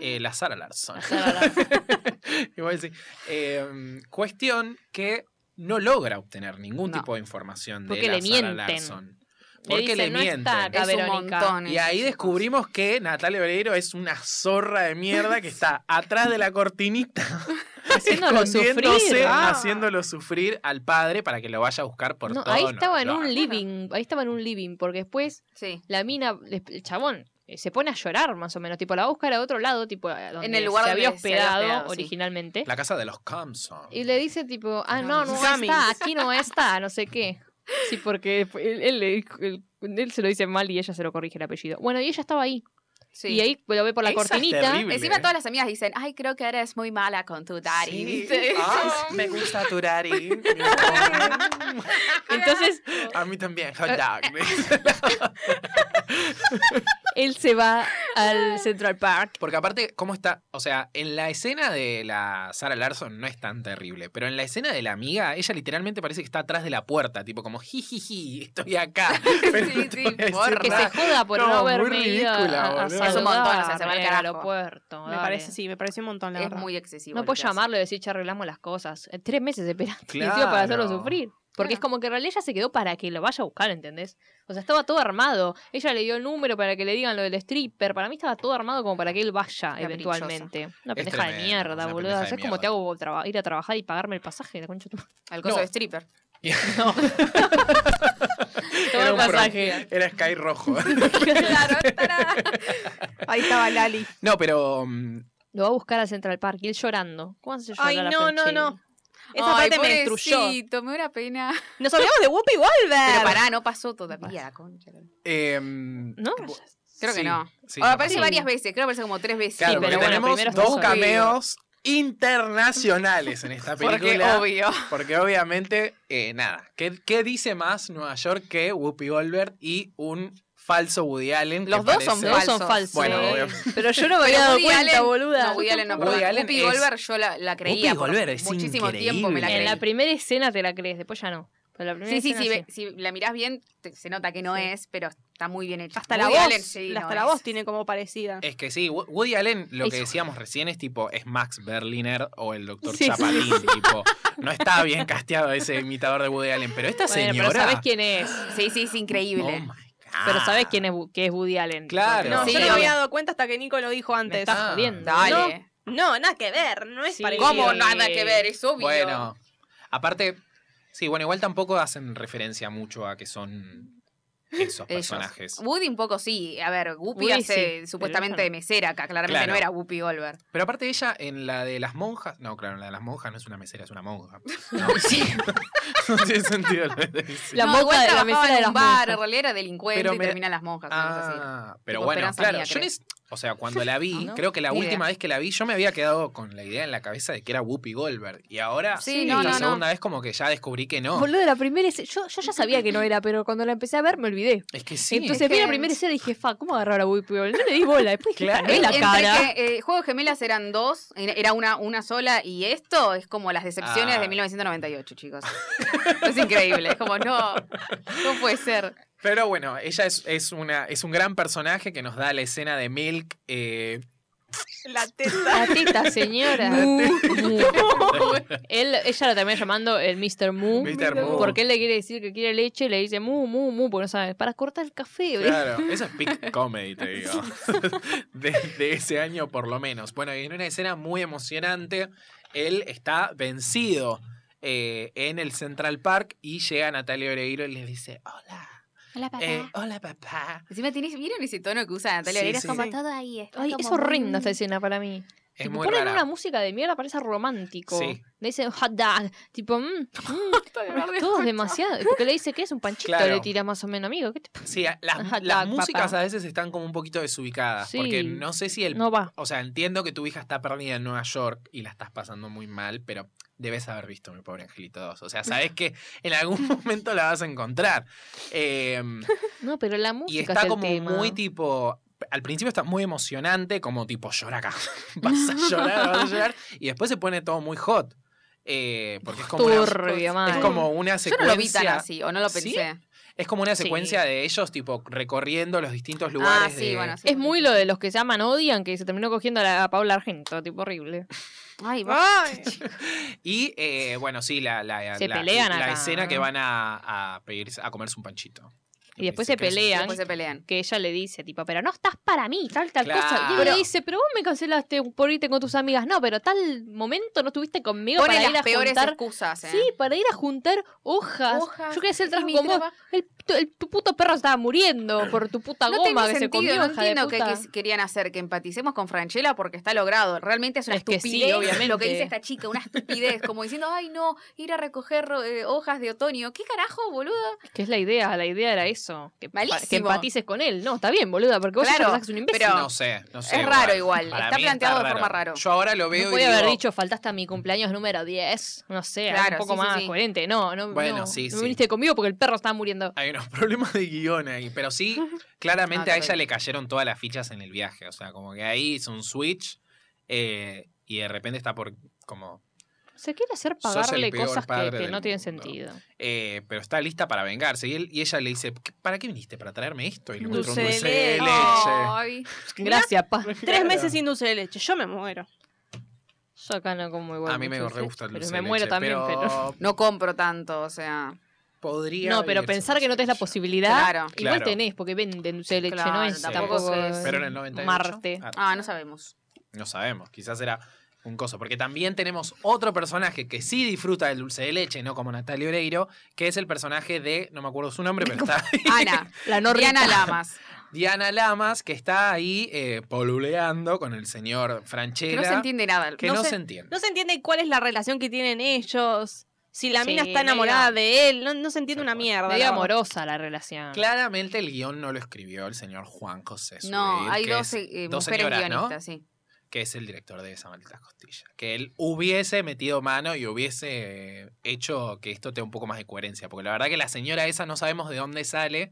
Speaker 1: Eh, la Sara Larson.
Speaker 5: La Darson.
Speaker 1: Igual sí. Eh, cuestión que no logra obtener ningún
Speaker 2: No.
Speaker 1: tipo de información de
Speaker 5: Porque
Speaker 1: la
Speaker 5: le
Speaker 1: Sara
Speaker 5: mienten.
Speaker 1: Larsson.
Speaker 5: Le
Speaker 1: Porque
Speaker 5: dicen,
Speaker 1: le
Speaker 5: no
Speaker 1: mienten.
Speaker 5: está acá,
Speaker 2: Es un
Speaker 5: Verónica.
Speaker 2: montón.
Speaker 1: Y ahí descubrimos que Natalia Oreiro es una zorra de mierda que está atrás de la cortinita,
Speaker 5: Haciéndolo
Speaker 1: escondiéndose,
Speaker 5: sufrir.
Speaker 3: Ah.
Speaker 1: haciéndolo sufrir al padre para que lo vaya a buscar por
Speaker 5: No,
Speaker 1: todo.
Speaker 5: ahí
Speaker 1: Nueva
Speaker 5: estaba en un
Speaker 1: York.
Speaker 5: living. Ahí estaba en un living. Porque después
Speaker 2: Sí.
Speaker 5: la mina, el chabón, eh, se pone a llorar más o menos. Tipo, la va a buscar a otro lado, tipo, a donde
Speaker 2: En el lugar
Speaker 5: se
Speaker 2: donde
Speaker 5: había
Speaker 2: se había
Speaker 5: hospedado,
Speaker 2: hospedado, sí.
Speaker 5: originalmente.
Speaker 1: La casa de los Compson.
Speaker 5: Y le dice, tipo, ah, no, no
Speaker 3: Cummings.
Speaker 5: está, aquí no está, no sé qué. Sí, porque él, él le dijo- él- él se lo dice mal y ella se lo corrige el apellido. Bueno, y ella estaba ahí.
Speaker 2: Sí.
Speaker 5: Y ahí lo ve por la
Speaker 1: Esa es
Speaker 5: cortinita.
Speaker 1: terrible.
Speaker 2: Encima todas las amigas dicen, ay, creo que eres muy mala con tu daddy.
Speaker 1: Sí.
Speaker 2: ¿viste?
Speaker 1: Ah, me gusta tu daddy.
Speaker 5: Entonces Eh,
Speaker 1: A mí también, hot dog.
Speaker 5: él se va al Central Park.
Speaker 1: Porque aparte, ¿cómo está? O sea, en la escena de la Sarah Larson no es tan terrible, pero en la escena de la amiga, ella literalmente parece que está atrás de la puerta, tipo como, jijiji, estoy acá. Pero
Speaker 2: Sí,
Speaker 1: no te
Speaker 2: sí,
Speaker 1: voy a decir
Speaker 2: porra.
Speaker 5: Que se
Speaker 1: nada.
Speaker 5: joda por
Speaker 1: No,
Speaker 5: no,
Speaker 1: muy
Speaker 5: haberme ido a-
Speaker 1: ridícula,
Speaker 5: a,
Speaker 1: boludo.
Speaker 5: a
Speaker 1: Es un montón,
Speaker 5: saludarme
Speaker 2: o sea, se va al
Speaker 5: en el
Speaker 2: carajo.
Speaker 5: aeropuerto.
Speaker 3: Me
Speaker 5: dale.
Speaker 3: parece, sí, me parece un montón, la
Speaker 2: Es
Speaker 3: verdad.
Speaker 2: muy excesivo.
Speaker 5: No
Speaker 2: lo
Speaker 5: puedes
Speaker 2: que hace.
Speaker 5: llamarlo y decir, che, arreglamos las cosas. Eh, Tres meses esperaste
Speaker 1: Claro.
Speaker 5: encima para hacerlo sufrir. Porque
Speaker 2: Claro.
Speaker 5: es como que en realidad ella se quedó para que lo vaya a buscar, ¿entendés? O sea, estaba todo armado. Ella le dio el número para que le digan lo del stripper. Para mí estaba todo armado como para que él vaya
Speaker 2: Caprichosa.
Speaker 5: eventualmente. Una pendeja de
Speaker 1: tremendo,
Speaker 5: mierda,
Speaker 1: una
Speaker 5: boludo.
Speaker 1: pendeja de
Speaker 5: Es como
Speaker 1: mierda.
Speaker 5: te hago traba- ir a trabajar y pagarme el pasaje, la concha de tu-
Speaker 2: Al coso
Speaker 1: No.
Speaker 2: de stripper.
Speaker 5: Todo el
Speaker 1: un pro-
Speaker 5: pasaje.
Speaker 1: Era Sky Rojo.
Speaker 2: claro, tará.
Speaker 3: Ahí estaba Lali.
Speaker 1: No, pero mm,
Speaker 5: Lo va a buscar a Central Park y él llorando. ¿Cómo hace llorar
Speaker 3: Ay,
Speaker 5: a
Speaker 3: no, no,
Speaker 5: Frenchie?
Speaker 3: no. Esa
Speaker 2: Ay,
Speaker 3: parte me destruyó.
Speaker 2: pobrecito, me una pena.
Speaker 3: Nos olvidamos de Whoopi
Speaker 2: Pero
Speaker 3: Wolver.
Speaker 2: pará, no pasó todavía, la concha. Creo
Speaker 1: eh,
Speaker 5: No,
Speaker 1: bu-
Speaker 2: que
Speaker 1: sí,
Speaker 2: no.
Speaker 1: sí,
Speaker 2: O
Speaker 1: no
Speaker 2: aparece
Speaker 5: sí.
Speaker 2: varias veces, creo que aparece como tres veces.
Speaker 1: Claro,
Speaker 5: Sí,
Speaker 1: porque
Speaker 5: pero bueno, primero
Speaker 1: tenemos
Speaker 5: estuvo
Speaker 1: dos
Speaker 5: sufrido.
Speaker 1: cameos internacionales en esta
Speaker 2: porque
Speaker 1: película. Porque,
Speaker 2: obvio.
Speaker 1: obviamente, eh, nada. ¿Qué, qué dice más Nueva York que Whoopi Goldberg y un falso Woody Allen? que
Speaker 2: Los dos son
Speaker 1: parece-
Speaker 5: Los dos son
Speaker 2: falsos.
Speaker 5: falsos.
Speaker 1: Bueno,
Speaker 5: Sí.
Speaker 1: obvio.
Speaker 5: pero yo no me había
Speaker 2: Pero
Speaker 5: dado
Speaker 2: Woody
Speaker 5: cuenta,
Speaker 2: Allen-
Speaker 5: boluda.
Speaker 2: No, Woody Allen no,
Speaker 1: Woody
Speaker 2: perdón.
Speaker 1: Allen
Speaker 2: Whoopi
Speaker 1: es-
Speaker 2: Goldberg yo la, la creía.
Speaker 1: Whoopi
Speaker 2: por
Speaker 1: Goldberg es
Speaker 2: muchísimo
Speaker 1: increíble.
Speaker 2: tiempo me la
Speaker 5: En
Speaker 2: creí.
Speaker 5: la primera escena te la crees, después ya no. Pero la primera
Speaker 2: Sí, sí,
Speaker 5: escena
Speaker 2: sí, ve- si la mirás bien, te- se nota que no
Speaker 5: Sí.
Speaker 2: es, pero está muy bien hecha.
Speaker 3: Hasta
Speaker 2: Woody
Speaker 3: la voz.
Speaker 2: Allen, sí,
Speaker 3: hasta
Speaker 2: no
Speaker 3: la
Speaker 2: es.
Speaker 3: voz tiene como parecida.
Speaker 1: Es que sí, Wo- Woody Allen, lo
Speaker 5: Es-
Speaker 1: que decíamos recién es tipo, es Max Berliner o el doctor
Speaker 5: Sí, sí,
Speaker 1: Chapatín, tipo. No está bien casteado ese imitador de Woody Allen, pero esta
Speaker 5: Bueno,
Speaker 1: señora.
Speaker 5: pero sabes quién es.
Speaker 2: Sí, sí, es
Speaker 1: Oh
Speaker 2: increíble.
Speaker 1: my God.
Speaker 5: Pero sabes quién es, Bu- que es Woody Allen.
Speaker 1: Ah. Claro.
Speaker 3: No,
Speaker 2: Sí,
Speaker 3: yo no me
Speaker 2: obvio.
Speaker 3: había dado cuenta hasta que Nico lo dijo
Speaker 5: Me
Speaker 3: antes.
Speaker 5: estás
Speaker 1: Ah,
Speaker 5: jodiendo.
Speaker 2: Dale.
Speaker 3: No, nada que ver, no es
Speaker 5: Sí.
Speaker 3: parecido.
Speaker 2: ¿Cómo
Speaker 5: Sí.
Speaker 2: nada que ver? Es obvio.
Speaker 1: Bueno, aparte, sí, bueno, igual tampoco hacen referencia mucho a que son esos
Speaker 2: Ellos.
Speaker 1: personajes.
Speaker 2: Woody un poco sí. A ver, Whoopi
Speaker 5: Woody sí,
Speaker 2: hace
Speaker 5: pero
Speaker 2: supuestamente
Speaker 5: ella
Speaker 2: de mesera acá. Claramente
Speaker 1: Claro.
Speaker 2: no era Whoopi Goldberg.
Speaker 1: Pero aparte ella en la de las monjas, no, claro, en la de las monjas no es una mesera, es una monja. No, no tiene sentido lo que decís.
Speaker 5: La
Speaker 2: no,
Speaker 5: monja
Speaker 2: igual
Speaker 5: de la
Speaker 2: trabajaba
Speaker 5: mesera
Speaker 2: en
Speaker 5: de
Speaker 2: un
Speaker 5: las
Speaker 2: bar,
Speaker 5: monjas.
Speaker 2: en realidad era delincuente
Speaker 1: Pero
Speaker 2: y
Speaker 1: me-
Speaker 2: termina en las monjas. una cosa así.
Speaker 1: Ah, pero
Speaker 2: Tipo
Speaker 1: bueno,
Speaker 2: Esperanza
Speaker 1: claro,
Speaker 2: Mía,
Speaker 1: yo
Speaker 2: creo.
Speaker 1: ni- o sea, cuando la vi,
Speaker 2: Ah, ¿no?
Speaker 1: creo que la
Speaker 2: Ni
Speaker 1: última
Speaker 2: idea.
Speaker 1: vez que la vi, yo me había quedado con la idea en la cabeza de que era Whoopi Goldberg. Y ahora,
Speaker 2: Sí,
Speaker 1: esta
Speaker 2: no, no, no.
Speaker 1: segunda vez, como que ya descubrí que no.
Speaker 5: Boludo, la primera escena. Yo, yo ya sabía que no era, pero cuando la empecé a ver me olvidé.
Speaker 1: Es que sí.
Speaker 5: Entonces vi
Speaker 2: que-
Speaker 5: la primera escena y dije, fa, ¿cómo agarrar a Whoopi Goldberg? No le di bola. Después dije,
Speaker 1: Claro.
Speaker 5: "Esta no es la
Speaker 2: Entre
Speaker 5: cara.
Speaker 2: que, eh, Juegos Gemelas eran dos, era una, una sola, y esto es como las decepciones
Speaker 1: Ah.
Speaker 2: de 1998, chicos. es increíble, es como no, no puede ser.
Speaker 1: Pero bueno, ella es, es, una, es un gran personaje que nos da la escena de Milk. eh,
Speaker 3: La teta.
Speaker 5: La teta, señora. Mu. él, ella lo termina llamando el Mr. Moo.
Speaker 1: Mr. Moo.
Speaker 5: Porque él le quiere decir que quiere leche y le dice mu, mu, mu, porque no sabes, para cortar el café. boludo.
Speaker 1: Claro, eso es peak comedy, te digo. De, de ese año por lo menos. Bueno, y en una escena muy emocionante, él está vencido eh, en el Central Park y llega Natalia Oreiro y les dice, hola,
Speaker 4: Hola, papá.
Speaker 1: eh, hola papá.
Speaker 2: Encima tienes, ¿vieron ese tono que usa Natalia
Speaker 1: Sí,
Speaker 2: Oreiro?
Speaker 1: sí,
Speaker 2: es como
Speaker 3: sí.
Speaker 2: todo ahí. está
Speaker 5: Ay,
Speaker 2: como
Speaker 5: es horrenda
Speaker 2: muy-
Speaker 5: esta escena para mí.
Speaker 1: Es
Speaker 5: Tipo,
Speaker 1: muy
Speaker 5: ponen
Speaker 1: rara.
Speaker 5: una música de mierda, parece romántico.
Speaker 1: Sí.
Speaker 5: Le dicen hot dog. Tipo, mmm, todo es demasiado. Porque le dice que es un panchito,
Speaker 1: Claro.
Speaker 5: le tiras más o menos, amigo. ¿qué te pasa?
Speaker 1: Sí, a- las,
Speaker 5: Hot
Speaker 1: las
Speaker 5: dog,
Speaker 1: músicas
Speaker 5: papá.
Speaker 1: a veces están como un poquito desubicadas,
Speaker 5: Sí.
Speaker 1: porque no sé si el...
Speaker 5: No va.
Speaker 1: O sea, entiendo que tu hija está perdida en Nueva York y la estás pasando muy mal, pero debes haber visto mi pobre Angelito 2. O sea, sabes que en algún momento la vas a encontrar. Em,
Speaker 5: No, pero la música
Speaker 1: Y está
Speaker 5: es el
Speaker 1: como
Speaker 5: tema.
Speaker 1: muy tipo. Al principio está muy emocionante, como tipo llora acá. Vas a llorar, vas a llorar. Y después se pone todo muy hot. Eh, porque es como, una,
Speaker 5: Turbio, mal.
Speaker 1: es como una
Speaker 2: Yo no lo vi tan
Speaker 1: secuencia.
Speaker 2: así, o no lo
Speaker 1: ¿Sí?
Speaker 2: pensé.
Speaker 1: Es como una
Speaker 5: Sí.
Speaker 1: secuencia de ellos, tipo, recorriendo los distintos lugares.
Speaker 2: Ah, sí,
Speaker 1: de-
Speaker 2: bueno, sí.
Speaker 5: Es muy lo de los que se aman odian, que se terminó cogiendo a, la- a Paula Argento, tipo horrible.
Speaker 2: Ay, va.
Speaker 3: Ay.
Speaker 1: Y eh, bueno, sí, la, la,
Speaker 5: Se
Speaker 1: la-
Speaker 5: pelean
Speaker 1: la
Speaker 5: acá.
Speaker 1: escena que van a, a pedirse- a comerse un panchito.
Speaker 5: Y después
Speaker 1: Dice
Speaker 5: se
Speaker 1: que es-
Speaker 5: pelean.
Speaker 2: Después se pelean.
Speaker 5: Que ella le dice, tipo, pero no estás para mí, tal, tal cosa. Y él
Speaker 1: Claro.
Speaker 5: le dice, pero vos me cancelaste por irte con tus amigas. No, pero tal momento no estuviste conmigo
Speaker 2: Pone
Speaker 5: para ir
Speaker 2: las
Speaker 5: a
Speaker 2: peores
Speaker 5: juntar
Speaker 2: excusas, ¿eh?
Speaker 5: Sí, para ir a juntar hojas.
Speaker 2: Hojas.
Speaker 5: Yo quería hacer el
Speaker 2: Y mi
Speaker 5: trabajo con vos.
Speaker 2: trabajo-
Speaker 5: El, tu, el- tu puto perro estaba muriendo por tu puta
Speaker 2: No
Speaker 5: goma
Speaker 2: tiene
Speaker 5: que se
Speaker 2: sentido,
Speaker 5: comió.
Speaker 2: no
Speaker 5: hija de
Speaker 2: entiendo qué
Speaker 5: puta.
Speaker 2: quis- querían hacer, que empaticemos con Franchella porque está logrado. Realmente es una
Speaker 5: Es que sí,
Speaker 2: estupidez
Speaker 5: obviamente.
Speaker 2: lo que dice esta chica, una estupidez, como diciendo, ay no, ir a recoger eh, hojas de otoño. ¿Qué carajo, boludo?
Speaker 5: Que es la idea, la idea era eso. eso. Que,
Speaker 2: Malísimo.
Speaker 5: que empatices con él. No, está bien, boluda, porque vos
Speaker 2: Claro,
Speaker 5: pensás que es un imbécil.
Speaker 2: pero-
Speaker 1: No sé, no sé.
Speaker 2: Es raro igual,
Speaker 1: Para
Speaker 2: está
Speaker 1: mí
Speaker 2: planteado de forma raro.
Speaker 1: Yo ahora lo veo
Speaker 5: no
Speaker 1: y
Speaker 5: podía haber
Speaker 1: digo,
Speaker 5: dicho, faltaste a mi cumpleaños número 10. No sé, algo
Speaker 2: Claro,
Speaker 5: un poco
Speaker 2: sí, sí,
Speaker 5: más
Speaker 2: sí.
Speaker 5: coherente. No, no,
Speaker 1: Bueno,
Speaker 5: no,
Speaker 1: sí,
Speaker 5: no
Speaker 1: sí.
Speaker 5: viniste conmigo porque el perro estaba muriendo.
Speaker 1: Hay unos problemas de guión ahí, pero sí, claramente
Speaker 2: Ah,
Speaker 1: a ella
Speaker 2: total.
Speaker 1: le cayeron todas las fichas en el viaje. O sea, como que ahí hizo un switch eh, y de repente está por como...
Speaker 5: Se quiere hacer
Speaker 1: Sos el
Speaker 5: pagarle
Speaker 1: peor
Speaker 5: cosas
Speaker 1: padre
Speaker 5: que, que
Speaker 1: del
Speaker 5: no tienen
Speaker 1: mundo.
Speaker 5: sentido.
Speaker 1: eh, pero está lista para vengarse. Y, él, y ella le dice, "¿Qué- ¿para qué viniste? ¿Para traerme esto? Y le
Speaker 3: Dulce
Speaker 1: mostró un
Speaker 3: de
Speaker 1: dulce
Speaker 3: leche.
Speaker 1: de leche.
Speaker 2: Ay.
Speaker 1: Pues
Speaker 5: Gracias, pa.
Speaker 3: Tres meses sin dulce de leche. Yo me muero.
Speaker 5: Yo acá no como igual.
Speaker 1: A mí me
Speaker 5: mucho
Speaker 1: re gusta el
Speaker 5: pero
Speaker 1: dulce
Speaker 5: Me
Speaker 1: de
Speaker 5: muero
Speaker 1: leche,
Speaker 5: también, pero.
Speaker 2: No compro tanto, o sea.
Speaker 1: Podría
Speaker 5: No, pero
Speaker 1: irse
Speaker 5: pensar
Speaker 1: un
Speaker 5: que no tenés la
Speaker 1: dulce de leche.
Speaker 5: posibilidad.
Speaker 2: Claro.
Speaker 5: Igual
Speaker 1: Claro.
Speaker 5: tenés, porque venden dulce de leche,
Speaker 2: Claro,
Speaker 5: no es
Speaker 2: tampoco
Speaker 5: tampoco.
Speaker 2: es-
Speaker 1: Pero en el 98.
Speaker 5: Marte.
Speaker 1: Ah,
Speaker 2: Ah, no sabemos.
Speaker 1: No sabemos, quizás era un coso. Porque también tenemos otro personaje que sí disfruta del dulce de leche, no como Natalia Oreiro, que es el personaje de, no me acuerdo su nombre, pero está ahí,
Speaker 2: Ana,
Speaker 5: La no
Speaker 2: Diana
Speaker 5: rica.
Speaker 2: Lamas.
Speaker 1: Diana Lamas, que está ahí eh, poluleando con el señor
Speaker 2: Que no
Speaker 1: Franchella.
Speaker 2: se entiende nada.
Speaker 1: que
Speaker 3: no
Speaker 1: no
Speaker 3: se-
Speaker 1: se entiende.
Speaker 3: No se entiende cuál es la relación que tienen ellos. Si la
Speaker 5: Sí,
Speaker 3: mina está
Speaker 5: medio-
Speaker 3: enamorada de él. No, no se entiende
Speaker 1: Tal
Speaker 3: una
Speaker 1: cual.
Speaker 3: mierda.
Speaker 5: Medio
Speaker 3: la verdad.
Speaker 5: amorosa la relación.
Speaker 1: Claramente el guión no lo escribió el señor Juan José Zuril,
Speaker 2: No, hay
Speaker 1: que
Speaker 2: dos,
Speaker 1: es-
Speaker 2: eh,
Speaker 1: dos
Speaker 2: mujeres
Speaker 1: señoras, ¿no?
Speaker 2: guionistas, sí.
Speaker 1: que es el director de esa maldita costilla. Que él hubiese metido mano y hubiese hecho que esto tenga un poco más de coherencia. Porque la verdad que la señora esa no sabemos de dónde sale,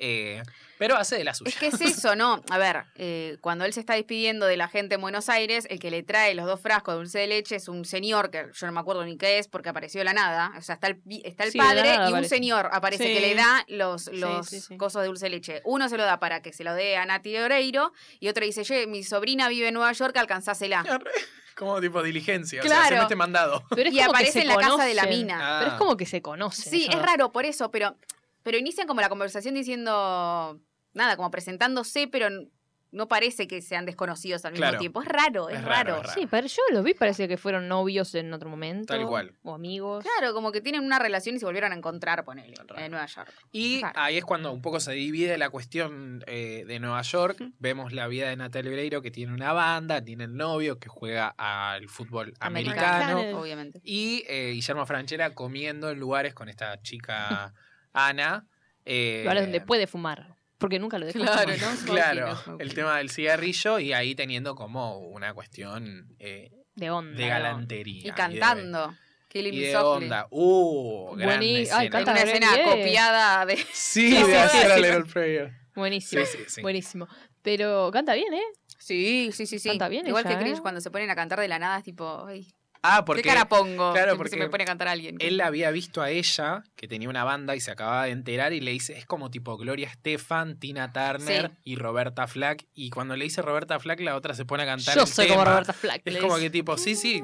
Speaker 1: eh, pero hace de la suya.
Speaker 2: Es que es eso, ¿no? A ver, eh, cuando él se está despidiendo de la gente en Buenos Aires, el que le trae los dos frascos de dulce de leche es un señor que yo no me acuerdo ni qué es porque apareció de la nada. O sea, está el, pi- está el
Speaker 5: Sí, de la
Speaker 2: padre y
Speaker 5: nada
Speaker 2: un
Speaker 5: aparece.
Speaker 2: señor aparece
Speaker 3: Sí.
Speaker 2: que le da los, los
Speaker 3: sí, sí.
Speaker 2: cosos de dulce de leche. Uno se lo da para que se lo dé a Nati Oreiro y otro dice, ye, mi sobrina vive en Nueva York, alcanzásela.
Speaker 1: Como tipo diligencia. O sea,
Speaker 2: Claro.
Speaker 1: se mete mandado.
Speaker 5: Pero es
Speaker 2: Y
Speaker 5: como que
Speaker 2: aparece
Speaker 5: se
Speaker 2: en la casa de la
Speaker 5: conocen.
Speaker 2: mina.
Speaker 1: Ah.
Speaker 5: Pero es como que se conocen.
Speaker 2: Sí,
Speaker 5: eso
Speaker 2: es
Speaker 5: no-
Speaker 2: raro por eso, pero, pero inician como la conversación diciendo, nada, como presentándose, pero n- no parece que sean desconocidos al mismo
Speaker 1: Claro.
Speaker 2: tiempo. Es raro, es,
Speaker 1: Es raro,
Speaker 2: raro.
Speaker 1: es raro.
Speaker 5: Sí, pero yo los vi, parecía que fueron novios en otro momento.
Speaker 1: Tal cual.
Speaker 5: O amigos.
Speaker 2: Claro, como que tienen una relación y se volvieron a encontrar, ponele,
Speaker 1: Raro.
Speaker 2: en Nueva York.
Speaker 1: Y
Speaker 2: Claro.
Speaker 1: ahí es cuando un poco se divide la cuestión eh, de Nueva York. Vemos la vida de Natalia Oreiro, que tiene una banda, tiene el novio, que juega al fútbol
Speaker 5: Americano.
Speaker 1: americano.
Speaker 3: Claro.
Speaker 2: Obviamente.
Speaker 1: Y eh, Guillermo Franchella comiendo en lugares con esta chica Ana. eh,
Speaker 5: Lugares donde puede fumar. Porque nunca lo dejó. fumar.
Speaker 2: Claro, ¿no?
Speaker 1: Claro,
Speaker 2: Smoking, smoking.
Speaker 1: el tema del cigarrillo y ahí teniendo como una cuestión eh,
Speaker 5: De onda.
Speaker 1: de
Speaker 5: ¿no?
Speaker 1: galantería.
Speaker 2: Y
Speaker 1: de-
Speaker 2: cantando. Killing
Speaker 1: Y
Speaker 2: Me
Speaker 1: de
Speaker 2: Softly.
Speaker 1: onda. ¡Uh! gran
Speaker 5: Buení-
Speaker 1: escena.
Speaker 5: ay, canta
Speaker 2: Una
Speaker 5: re
Speaker 2: escena
Speaker 5: bien.
Speaker 2: copiada de...
Speaker 1: Sí,
Speaker 5: Sí,
Speaker 1: de
Speaker 5: sí,
Speaker 1: hacer
Speaker 5: sí,
Speaker 1: a
Speaker 5: sí.
Speaker 1: Little Prayer.
Speaker 5: Buenísimo.
Speaker 1: Sí, sí, sí.
Speaker 5: Buenísimo. Pero canta bien, ¿eh?
Speaker 2: Sí, sí, sí, sí.
Speaker 5: Canta bien
Speaker 2: Igual
Speaker 5: ella,
Speaker 2: que Chris,
Speaker 5: ¿eh?
Speaker 2: cuando se ponen a cantar de la nada es tipo, ay,
Speaker 1: Ah,
Speaker 2: ¿qué
Speaker 1: porque
Speaker 2: cara pongo?
Speaker 1: claro,
Speaker 2: Siempre se
Speaker 1: porque
Speaker 2: me pone a cantar alguien.
Speaker 1: él la había visto a ella, que tenía una banda y se acababa de enterar, y le dice, es como tipo Gloria Estefan, Tina Turner
Speaker 2: Sí.
Speaker 1: y Roberta Flack. Y cuando le dice Roberta Flack, la otra se pone a cantar.
Speaker 5: Yo
Speaker 1: el
Speaker 5: soy como
Speaker 1: tema.
Speaker 5: Roberta Flack.
Speaker 1: Es
Speaker 5: le
Speaker 1: como que
Speaker 5: dice.
Speaker 1: tipo, sí, sí,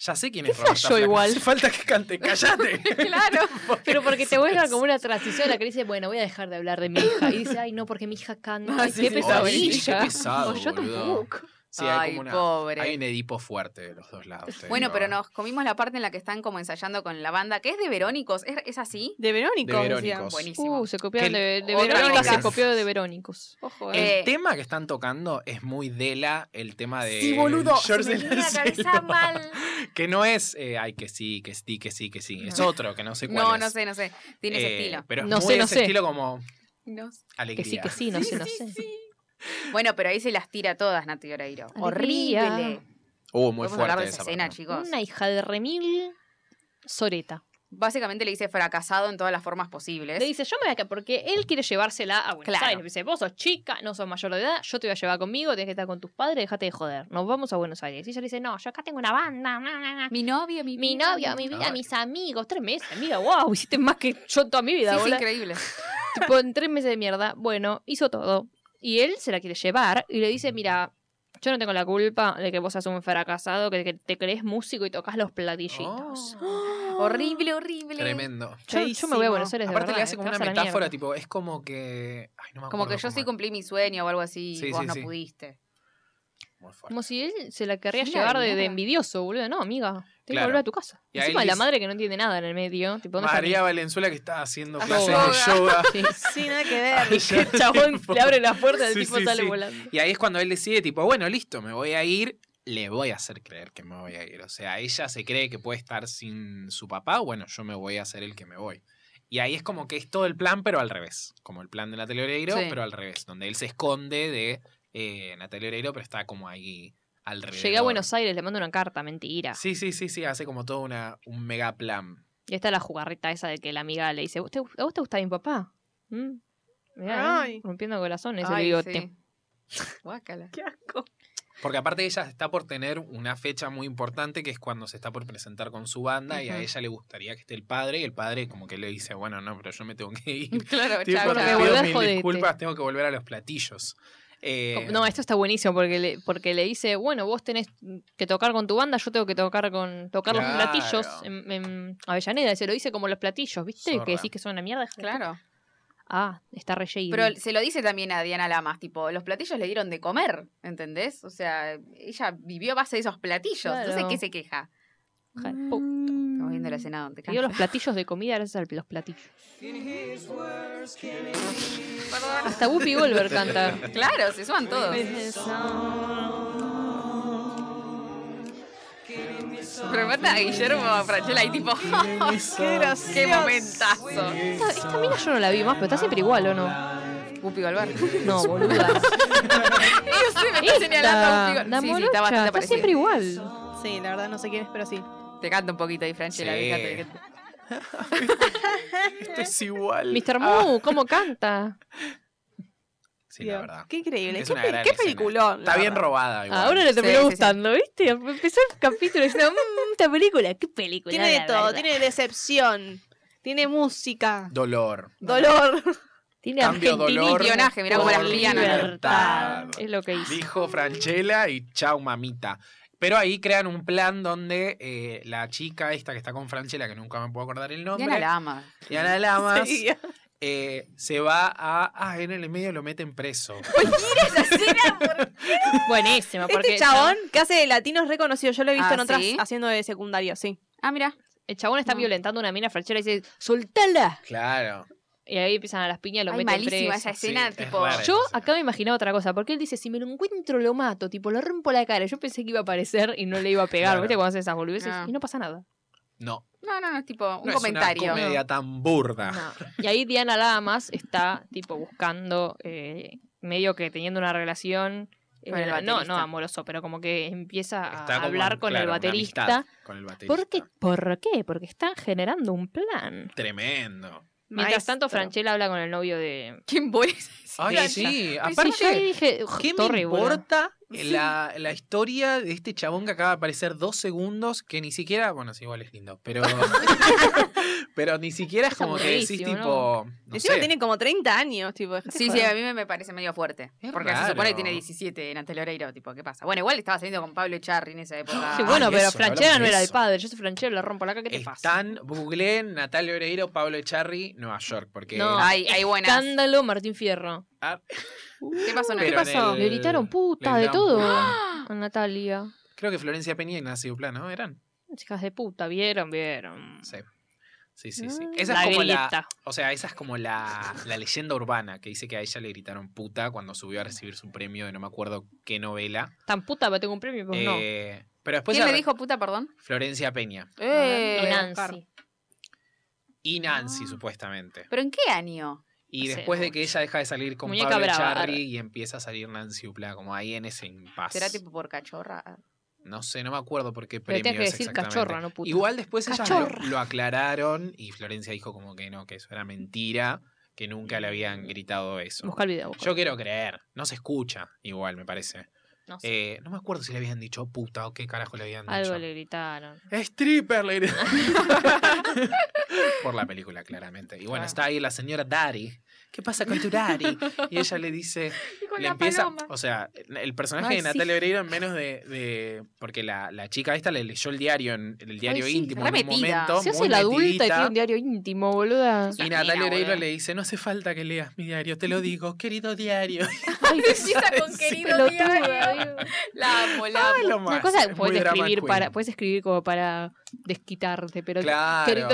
Speaker 1: ya sé quién es Roberta
Speaker 5: flashó
Speaker 1: Flack.
Speaker 5: igual?
Speaker 1: No hace falta que cante, cállate.
Speaker 2: claro.
Speaker 5: Pero porque te vuelve como una transición la que dice, bueno, voy a dejar de hablar de mi hija. Y dice, ay, no, porque mi hija canta.
Speaker 2: Ah,
Speaker 5: Ay,
Speaker 2: sí,
Speaker 5: qué
Speaker 1: Ay,
Speaker 2: sí,
Speaker 1: sí, qué
Speaker 5: pesadilla.
Speaker 1: pesado,
Speaker 5: No, yo
Speaker 1: boludo.
Speaker 5: tampoco.
Speaker 1: Sí, hay
Speaker 2: Ay,
Speaker 1: como una-
Speaker 2: pobre.
Speaker 1: Hay un Edipo fuerte de los dos lados. te
Speaker 2: Bueno,
Speaker 1: digo.
Speaker 2: pero nos comimos la parte en la que están como ensayando con la banda, que es de Verónicos, ¿es, es así?
Speaker 3: De Verónico.
Speaker 1: De
Speaker 3: decía.
Speaker 1: Verónicos.
Speaker 2: Buenísimo.
Speaker 5: Uh, se copiaron
Speaker 1: Que-
Speaker 5: de, de
Speaker 2: Otra
Speaker 5: Verónica, se
Speaker 1: cosa.
Speaker 5: copió de Verónicos. Ojo,
Speaker 1: El
Speaker 5: eh.
Speaker 2: Eh,
Speaker 1: tema que están tocando es muy Dela, el tema de.
Speaker 2: sí, boludo, se
Speaker 1: George
Speaker 2: me
Speaker 1: de
Speaker 2: viene la cabeza
Speaker 1: Celo.
Speaker 2: mal.
Speaker 1: Que no es, eh, ay, que sí, que sí, que sí, que sí. Es otro, que no sé cuál
Speaker 2: No,
Speaker 1: es.
Speaker 2: no sé, no sé. Tiene ese
Speaker 1: Eh,
Speaker 2: estilo.
Speaker 1: Pero es
Speaker 5: No
Speaker 1: muy
Speaker 5: sé, no
Speaker 1: ese
Speaker 5: sé.
Speaker 1: estilo como
Speaker 2: No sé.
Speaker 5: Que sí,
Speaker 1: alegría.
Speaker 5: que sí, no sé, no sé.
Speaker 2: Bueno, pero ahí se las tira todas Nati Oreiro.
Speaker 5: Alegría.
Speaker 2: Horrible.
Speaker 1: Uh, muy
Speaker 2: Podemos hablar
Speaker 1: fuerte
Speaker 2: de
Speaker 1: esa
Speaker 2: esa escena,
Speaker 1: parte.
Speaker 2: chicos.
Speaker 5: Una hija de remil soreta.
Speaker 2: Básicamente le dice fracasado en todas las formas posibles.
Speaker 5: Le dice, yo me voy acá porque él quiere llevársela a Buenos
Speaker 2: Claro.
Speaker 5: Aires. Le dice, vos sos chica, no sos mayor de edad, yo te voy a llevar conmigo, tenés que estar con tus padres, déjate de joder. Nos vamos a Buenos Aires. Y ella le dice, no, yo acá tengo una banda. na, na, na. Mi,
Speaker 2: mi novio, mi vida,
Speaker 5: novio, mi vida,
Speaker 1: Ay.
Speaker 5: mis amigos. Tres meses. Mira, wow, hiciste más que yo en toda mi
Speaker 2: Sí,
Speaker 5: vida.
Speaker 2: es
Speaker 5: boluda.
Speaker 2: increíble.
Speaker 5: tipo, en tres meses de mierda. Bueno, hizo todo. Y él se la quiere llevar y le dice, mira... Yo no tengo la culpa de que vos seas un fracasado, que que te crees músico y tocas los
Speaker 1: Oh,
Speaker 5: platillitos.
Speaker 2: horrible, horrible.
Speaker 1: Tremendo.
Speaker 5: Yo, yo me voy a
Speaker 3: Feísimo.
Speaker 5: Buenos Aires de
Speaker 1: Aparte
Speaker 5: verdad,
Speaker 1: le hace
Speaker 5: eh,
Speaker 1: como
Speaker 5: te
Speaker 1: una
Speaker 5: vas a la
Speaker 1: metáfora,
Speaker 5: mierda.
Speaker 1: tipo, es como que. Ay, no me
Speaker 2: Como que
Speaker 1: acuerdo
Speaker 2: yo sí
Speaker 1: cómo
Speaker 2: cumplí mi sueño o algo así,
Speaker 1: Sí,
Speaker 2: vos
Speaker 1: sí,
Speaker 2: no
Speaker 1: sí.
Speaker 2: pudiste.
Speaker 1: era. Muy fuerte.
Speaker 5: Como si él se la querría
Speaker 2: Gira de
Speaker 5: llevar de, de
Speaker 2: mierda.
Speaker 5: envidioso, boludo. No, amiga. Tenés
Speaker 1: Claro.
Speaker 5: que volver a tu casa.
Speaker 1: Y a
Speaker 5: Encima
Speaker 1: él
Speaker 5: la
Speaker 1: dice-
Speaker 5: madre que no entiende nada en el medio. Tipo, ¿dónde está
Speaker 1: María Valenzuela que está haciendo
Speaker 2: Hace
Speaker 1: clases de yoga.
Speaker 5: mi-
Speaker 3: Sí, nada que ver.
Speaker 5: Sí. El chabón le abre la puerta, el
Speaker 1: Sí,
Speaker 5: tipo
Speaker 1: sí,
Speaker 5: sale
Speaker 1: sí.
Speaker 5: volando.
Speaker 1: Y ahí es cuando él decide, tipo, bueno, listo, me voy a ir, le voy a hacer creer que me voy a ir. O sea, ella se cree que puede estar sin su papá, bueno, yo me voy a hacer el que me voy. Y ahí es como que es todo el plan, pero al revés. Como el plan de Natalia Oreiro,
Speaker 2: Sí.
Speaker 1: pero al revés. Donde él se esconde de eh, Natalia Oreiro, pero está como ahí al revés.
Speaker 5: Llegué a Buenos Aires, le mando una carta, mentira.
Speaker 1: Sí, sí, sí, sí. Hace como todo una, un mega plan.
Speaker 5: Y está la jugarreta esa de que la amiga le dice, "¿Vos te- ¿a vos te gusta mi papá? ¿Mm? Mirá,
Speaker 3: Ay.
Speaker 5: rompiendo corazones el
Speaker 2: Ay,
Speaker 5: bigote.
Speaker 2: sí. Guácala.
Speaker 3: Qué asco.
Speaker 1: Porque aparte ella está por tener una fecha muy importante que es cuando se está por presentar con su banda y a
Speaker 2: Ujú.
Speaker 1: ella le gustaría que esté el padre y el padre como que le dice, bueno, no, pero yo me tengo que ir.
Speaker 2: Claro,
Speaker 1: Tipo,
Speaker 2: chao,
Speaker 5: te
Speaker 1: te
Speaker 2: chao.
Speaker 5: devuelve
Speaker 1: pido
Speaker 5: al
Speaker 1: mil
Speaker 5: jodete.
Speaker 1: disculpas, tengo que volver a los platillos. Eh,
Speaker 5: No, esto está buenísimo porque le, porque le dice, bueno, vos tenés que tocar con tu banda, yo tengo que tocar con tocar los
Speaker 1: Claro.
Speaker 5: platillos en, en Avellaneda. Y se lo dice como los platillos, ¿viste?
Speaker 1: Zorra.
Speaker 5: Que decís que son una mierda.
Speaker 2: Claro.
Speaker 5: Ah, está re shady.
Speaker 2: Pero se lo dice también a Diana Lamas, tipo, los platillos le dieron de comer, ¿entendés? O sea, ella vivió a base de esos platillos.
Speaker 5: Claro.
Speaker 2: Entonces, ¿qué se queja?
Speaker 5: Hija de puta.
Speaker 2: Estamos viendo la escena donde
Speaker 5: Te dio
Speaker 2: canta.
Speaker 5: los platillos de comida gracias a los platillos. Hasta Whoopi Goldberg canta.
Speaker 2: Claro, se suman todos. Pero verdad, Guillermo Franchella ahí tipo, qué, qué momentazo.
Speaker 5: Esta, esta mina yo no la vi más, pero está siempre igual, ¿o no?
Speaker 2: Gupi Galván.
Speaker 5: No, boluda.
Speaker 2: Yo sé, me está señalando a
Speaker 5: Esta,
Speaker 2: Gupi Galván.
Speaker 5: la
Speaker 2: Sí, sí,
Speaker 5: morocha,
Speaker 2: está bastante
Speaker 5: está
Speaker 2: parecido.
Speaker 5: siempre igual.
Speaker 3: Sí, la verdad no sé quién es, pero sí.
Speaker 2: Te canta un poquito ahí, Franchella.
Speaker 1: Sí.
Speaker 2: fíjate que-
Speaker 1: Esto es igual. Ah,
Speaker 5: Mr. Moo, ¿cómo canta?
Speaker 1: Sí,
Speaker 3: Dios,
Speaker 1: la verdad.
Speaker 3: Qué increíble.
Speaker 1: Es
Speaker 3: qué
Speaker 1: una
Speaker 3: pe-
Speaker 1: gran
Speaker 3: qué
Speaker 1: escena.
Speaker 3: peliculón. la
Speaker 1: Está bien
Speaker 3: verdad.
Speaker 1: robada igual.
Speaker 5: Ah, Ahora le terminó
Speaker 2: Sí, sí, sí.
Speaker 5: gustando, ¿viste? Empezó el capítulo diciendo, mmm, esta película, qué película.
Speaker 3: Tiene de
Speaker 5: la
Speaker 3: todo,
Speaker 5: verdad".
Speaker 3: tiene decepción, tiene música,
Speaker 1: Dolor.
Speaker 3: dolor.
Speaker 5: tiene
Speaker 1: Cambio dolor.
Speaker 2: espionaje, mirá cómo
Speaker 1: por
Speaker 2: las lian a la
Speaker 1: libertad.
Speaker 5: Es lo que hizo.
Speaker 1: Dijo Franchella y chau mamita. Pero ahí crean un plan donde eh, la chica esta que está con Franchella, que nunca me puedo acordar el nombre,
Speaker 2: Diana Lamas.
Speaker 1: Diana Lamas,
Speaker 3: Sí.
Speaker 1: eh, se va a... Ah, en el medio lo meten preso.
Speaker 5: Buenísima, porque
Speaker 3: Este chabón que hace de latino es reconocido. Yo lo he visto
Speaker 2: Ah,
Speaker 3: en otras
Speaker 2: ¿sí?
Speaker 3: haciendo de secundaria, sí.
Speaker 2: Ah, mira.
Speaker 5: el chabón está
Speaker 2: No.
Speaker 5: violentando a una mina frachera y dice, soltala.
Speaker 1: Claro.
Speaker 5: Y ahí empiezan a las piñas, lo
Speaker 2: Ay,
Speaker 5: meten
Speaker 2: malísima
Speaker 5: preso.
Speaker 2: esa escena,
Speaker 1: Sí, es
Speaker 2: tipo.
Speaker 1: rara.
Speaker 5: Yo acá me imaginaba otra cosa, porque él dice, si me lo encuentro lo mato, tipo, lo rompo la cara. Yo pensé que iba a aparecer y no le iba a pegar,
Speaker 1: Claro.
Speaker 5: ¿viste? Cuando hacen esas boludeces
Speaker 2: Ah.
Speaker 5: y no pasa nada.
Speaker 1: No.
Speaker 2: No, no, no, es tipo un
Speaker 1: no Es
Speaker 2: comentario.
Speaker 1: una comedia tan burda.
Speaker 5: No. Y ahí Diana Lamas está, tipo, buscando, eh, medio que teniendo una relación, eh,
Speaker 2: Con el
Speaker 5: no, no
Speaker 2: baterista.
Speaker 5: amoroso, pero como que empieza a
Speaker 1: Está como,
Speaker 5: hablar con,
Speaker 1: claro,
Speaker 5: el
Speaker 1: una
Speaker 5: baterista.
Speaker 1: amistad Con el baterista.
Speaker 5: ¿Por qué? ¿Por qué? Porque están generando un plan.
Speaker 1: Tremendo.
Speaker 5: Mientras tanto,
Speaker 3: Maestro.
Speaker 5: Franchella habla con el novio de...
Speaker 2: ¿Quién voy?
Speaker 1: Ay, sí. Aparte,
Speaker 5: Sí, yo ahí dije,
Speaker 1: ¿Qué me
Speaker 5: torre, boludo.
Speaker 1: importa la, la historia de este chabón que acaba de aparecer dos segundos? Que ni siquiera, bueno, sí, igual es lindo, pero. pero ni siquiera es
Speaker 5: Es
Speaker 1: como que decís,
Speaker 5: aburridísimo,
Speaker 1: tipo. no
Speaker 3: Encima
Speaker 1: sé,
Speaker 3: tiene como 30 años, tipo. dejate
Speaker 2: Sí, sí,
Speaker 3: joder.
Speaker 5: eh.
Speaker 2: a mí me, me parece medio fuerte.
Speaker 1: Es
Speaker 2: porque se
Speaker 1: raro.
Speaker 2: supone que tiene 17 en Antel Oreiro, tipo, ¿qué pasa? Bueno, igual estaba saliendo con Pablo Echarri en esa época.
Speaker 5: Sí, bueno,
Speaker 1: Ay,
Speaker 5: pero
Speaker 1: eso, no hablamos
Speaker 5: Franchella no
Speaker 1: de
Speaker 5: era el
Speaker 1: eso.
Speaker 5: padre. Yo soy Franchella, le rompo la cara. ¿Qué te pasa?
Speaker 1: Están, googleen Natalia Oreiro, Pablo Echarri, Nueva York. Porque.
Speaker 5: No.
Speaker 2: Ay, hay buenas.
Speaker 5: Escándalo, Martín Fierro.
Speaker 1: Ah,
Speaker 2: ¿Qué pasó? No?
Speaker 1: pero
Speaker 2: ¿Qué pasó?
Speaker 1: en el-
Speaker 5: Le gritaron puta,
Speaker 1: le
Speaker 5: de
Speaker 1: gritaron
Speaker 5: todo.
Speaker 1: puta.
Speaker 5: A Natalia.
Speaker 1: Creo que Florencia Peña y Nancy Duplá, ¿no? Eran.
Speaker 5: Chicas de puta, vieron, vieron.
Speaker 1: Sí. Sí, sí, sí.
Speaker 5: Ah.
Speaker 1: Esa
Speaker 5: La
Speaker 1: es como la.
Speaker 5: grieta.
Speaker 1: O sea, esa es como la, la leyenda urbana que dice que a ella le gritaron puta cuando subió a recibir su premio de no me acuerdo qué novela.
Speaker 5: Tan puta, pero tengo un premio, pues no.
Speaker 1: Eh, pero después
Speaker 2: ¿Quién
Speaker 1: la-
Speaker 2: le dijo puta, perdón?
Speaker 1: Florencia Peña.
Speaker 2: Eh,
Speaker 5: y
Speaker 3: Oscar.
Speaker 5: Nancy.
Speaker 1: Y Nancy,
Speaker 2: Ah.
Speaker 1: supuestamente.
Speaker 2: ¿Pero en qué año?
Speaker 1: Y
Speaker 5: Sí,
Speaker 1: después de
Speaker 5: mucho.
Speaker 1: que ella deja de salir con
Speaker 5: Muñeca
Speaker 1: Pablo
Speaker 5: brava,
Speaker 1: Echarri
Speaker 5: arre.
Speaker 1: y empieza a salir Nancy Upla, como ahí en ese impasse.
Speaker 2: ¿Será tipo por cachorra?
Speaker 1: No sé, no me acuerdo por qué
Speaker 5: Pero
Speaker 1: premio
Speaker 5: tienes que
Speaker 1: es
Speaker 5: decir
Speaker 1: exactamente.
Speaker 5: cachorra, no puta.
Speaker 1: Igual después ellas lo,
Speaker 5: Cachorra.
Speaker 1: lo aclararon y Florencia dijo como que no, que eso era mentira, que nunca le habían gritado eso.
Speaker 5: Busca el video. busca.
Speaker 1: Yo quiero creer, no se escucha igual, me parece.
Speaker 5: No sé.
Speaker 1: Eh, no me acuerdo si le habían dicho puta o qué carajo le habían dicho.
Speaker 5: Algo le gritaron.
Speaker 1: Stripper, le grita. Por la película, claramente. Y bueno,
Speaker 5: Claro.
Speaker 1: está ahí la señora Daddy. ¿Qué pasa con tu Daddy? Y ella le dice. le empieza. O sea, el personaje
Speaker 5: Ay,
Speaker 1: de
Speaker 5: sí.
Speaker 1: Natalia Oreiro, en menos de. de- porque la, la chica esta le leyó el diario, en, el diario
Speaker 5: Ay, sí,
Speaker 1: íntimo
Speaker 2: re
Speaker 1: en un
Speaker 2: metida.
Speaker 1: momento.
Speaker 5: Se hace
Speaker 1: muy
Speaker 5: la adulta y
Speaker 1: metidita.
Speaker 5: tiene un diario íntimo, boluda.
Speaker 1: Y
Speaker 2: Una
Speaker 1: Natalia
Speaker 2: mina,
Speaker 1: Oreiro
Speaker 2: boluda.
Speaker 1: le dice: No hace falta que leas mi diario, te lo digo, querido diario.
Speaker 5: Ay,
Speaker 2: Empieza con querido
Speaker 5: pelotuda,
Speaker 2: diario.
Speaker 5: digo.
Speaker 2: La amo, la amo.
Speaker 1: Lo
Speaker 5: Una
Speaker 1: más,
Speaker 5: cosa
Speaker 1: es
Speaker 5: que
Speaker 1: muy
Speaker 5: puedes
Speaker 1: drama
Speaker 5: escribir
Speaker 1: queen.
Speaker 5: para, pues, puedes escribir como para desquitarte, pero
Speaker 1: Claro.
Speaker 5: querido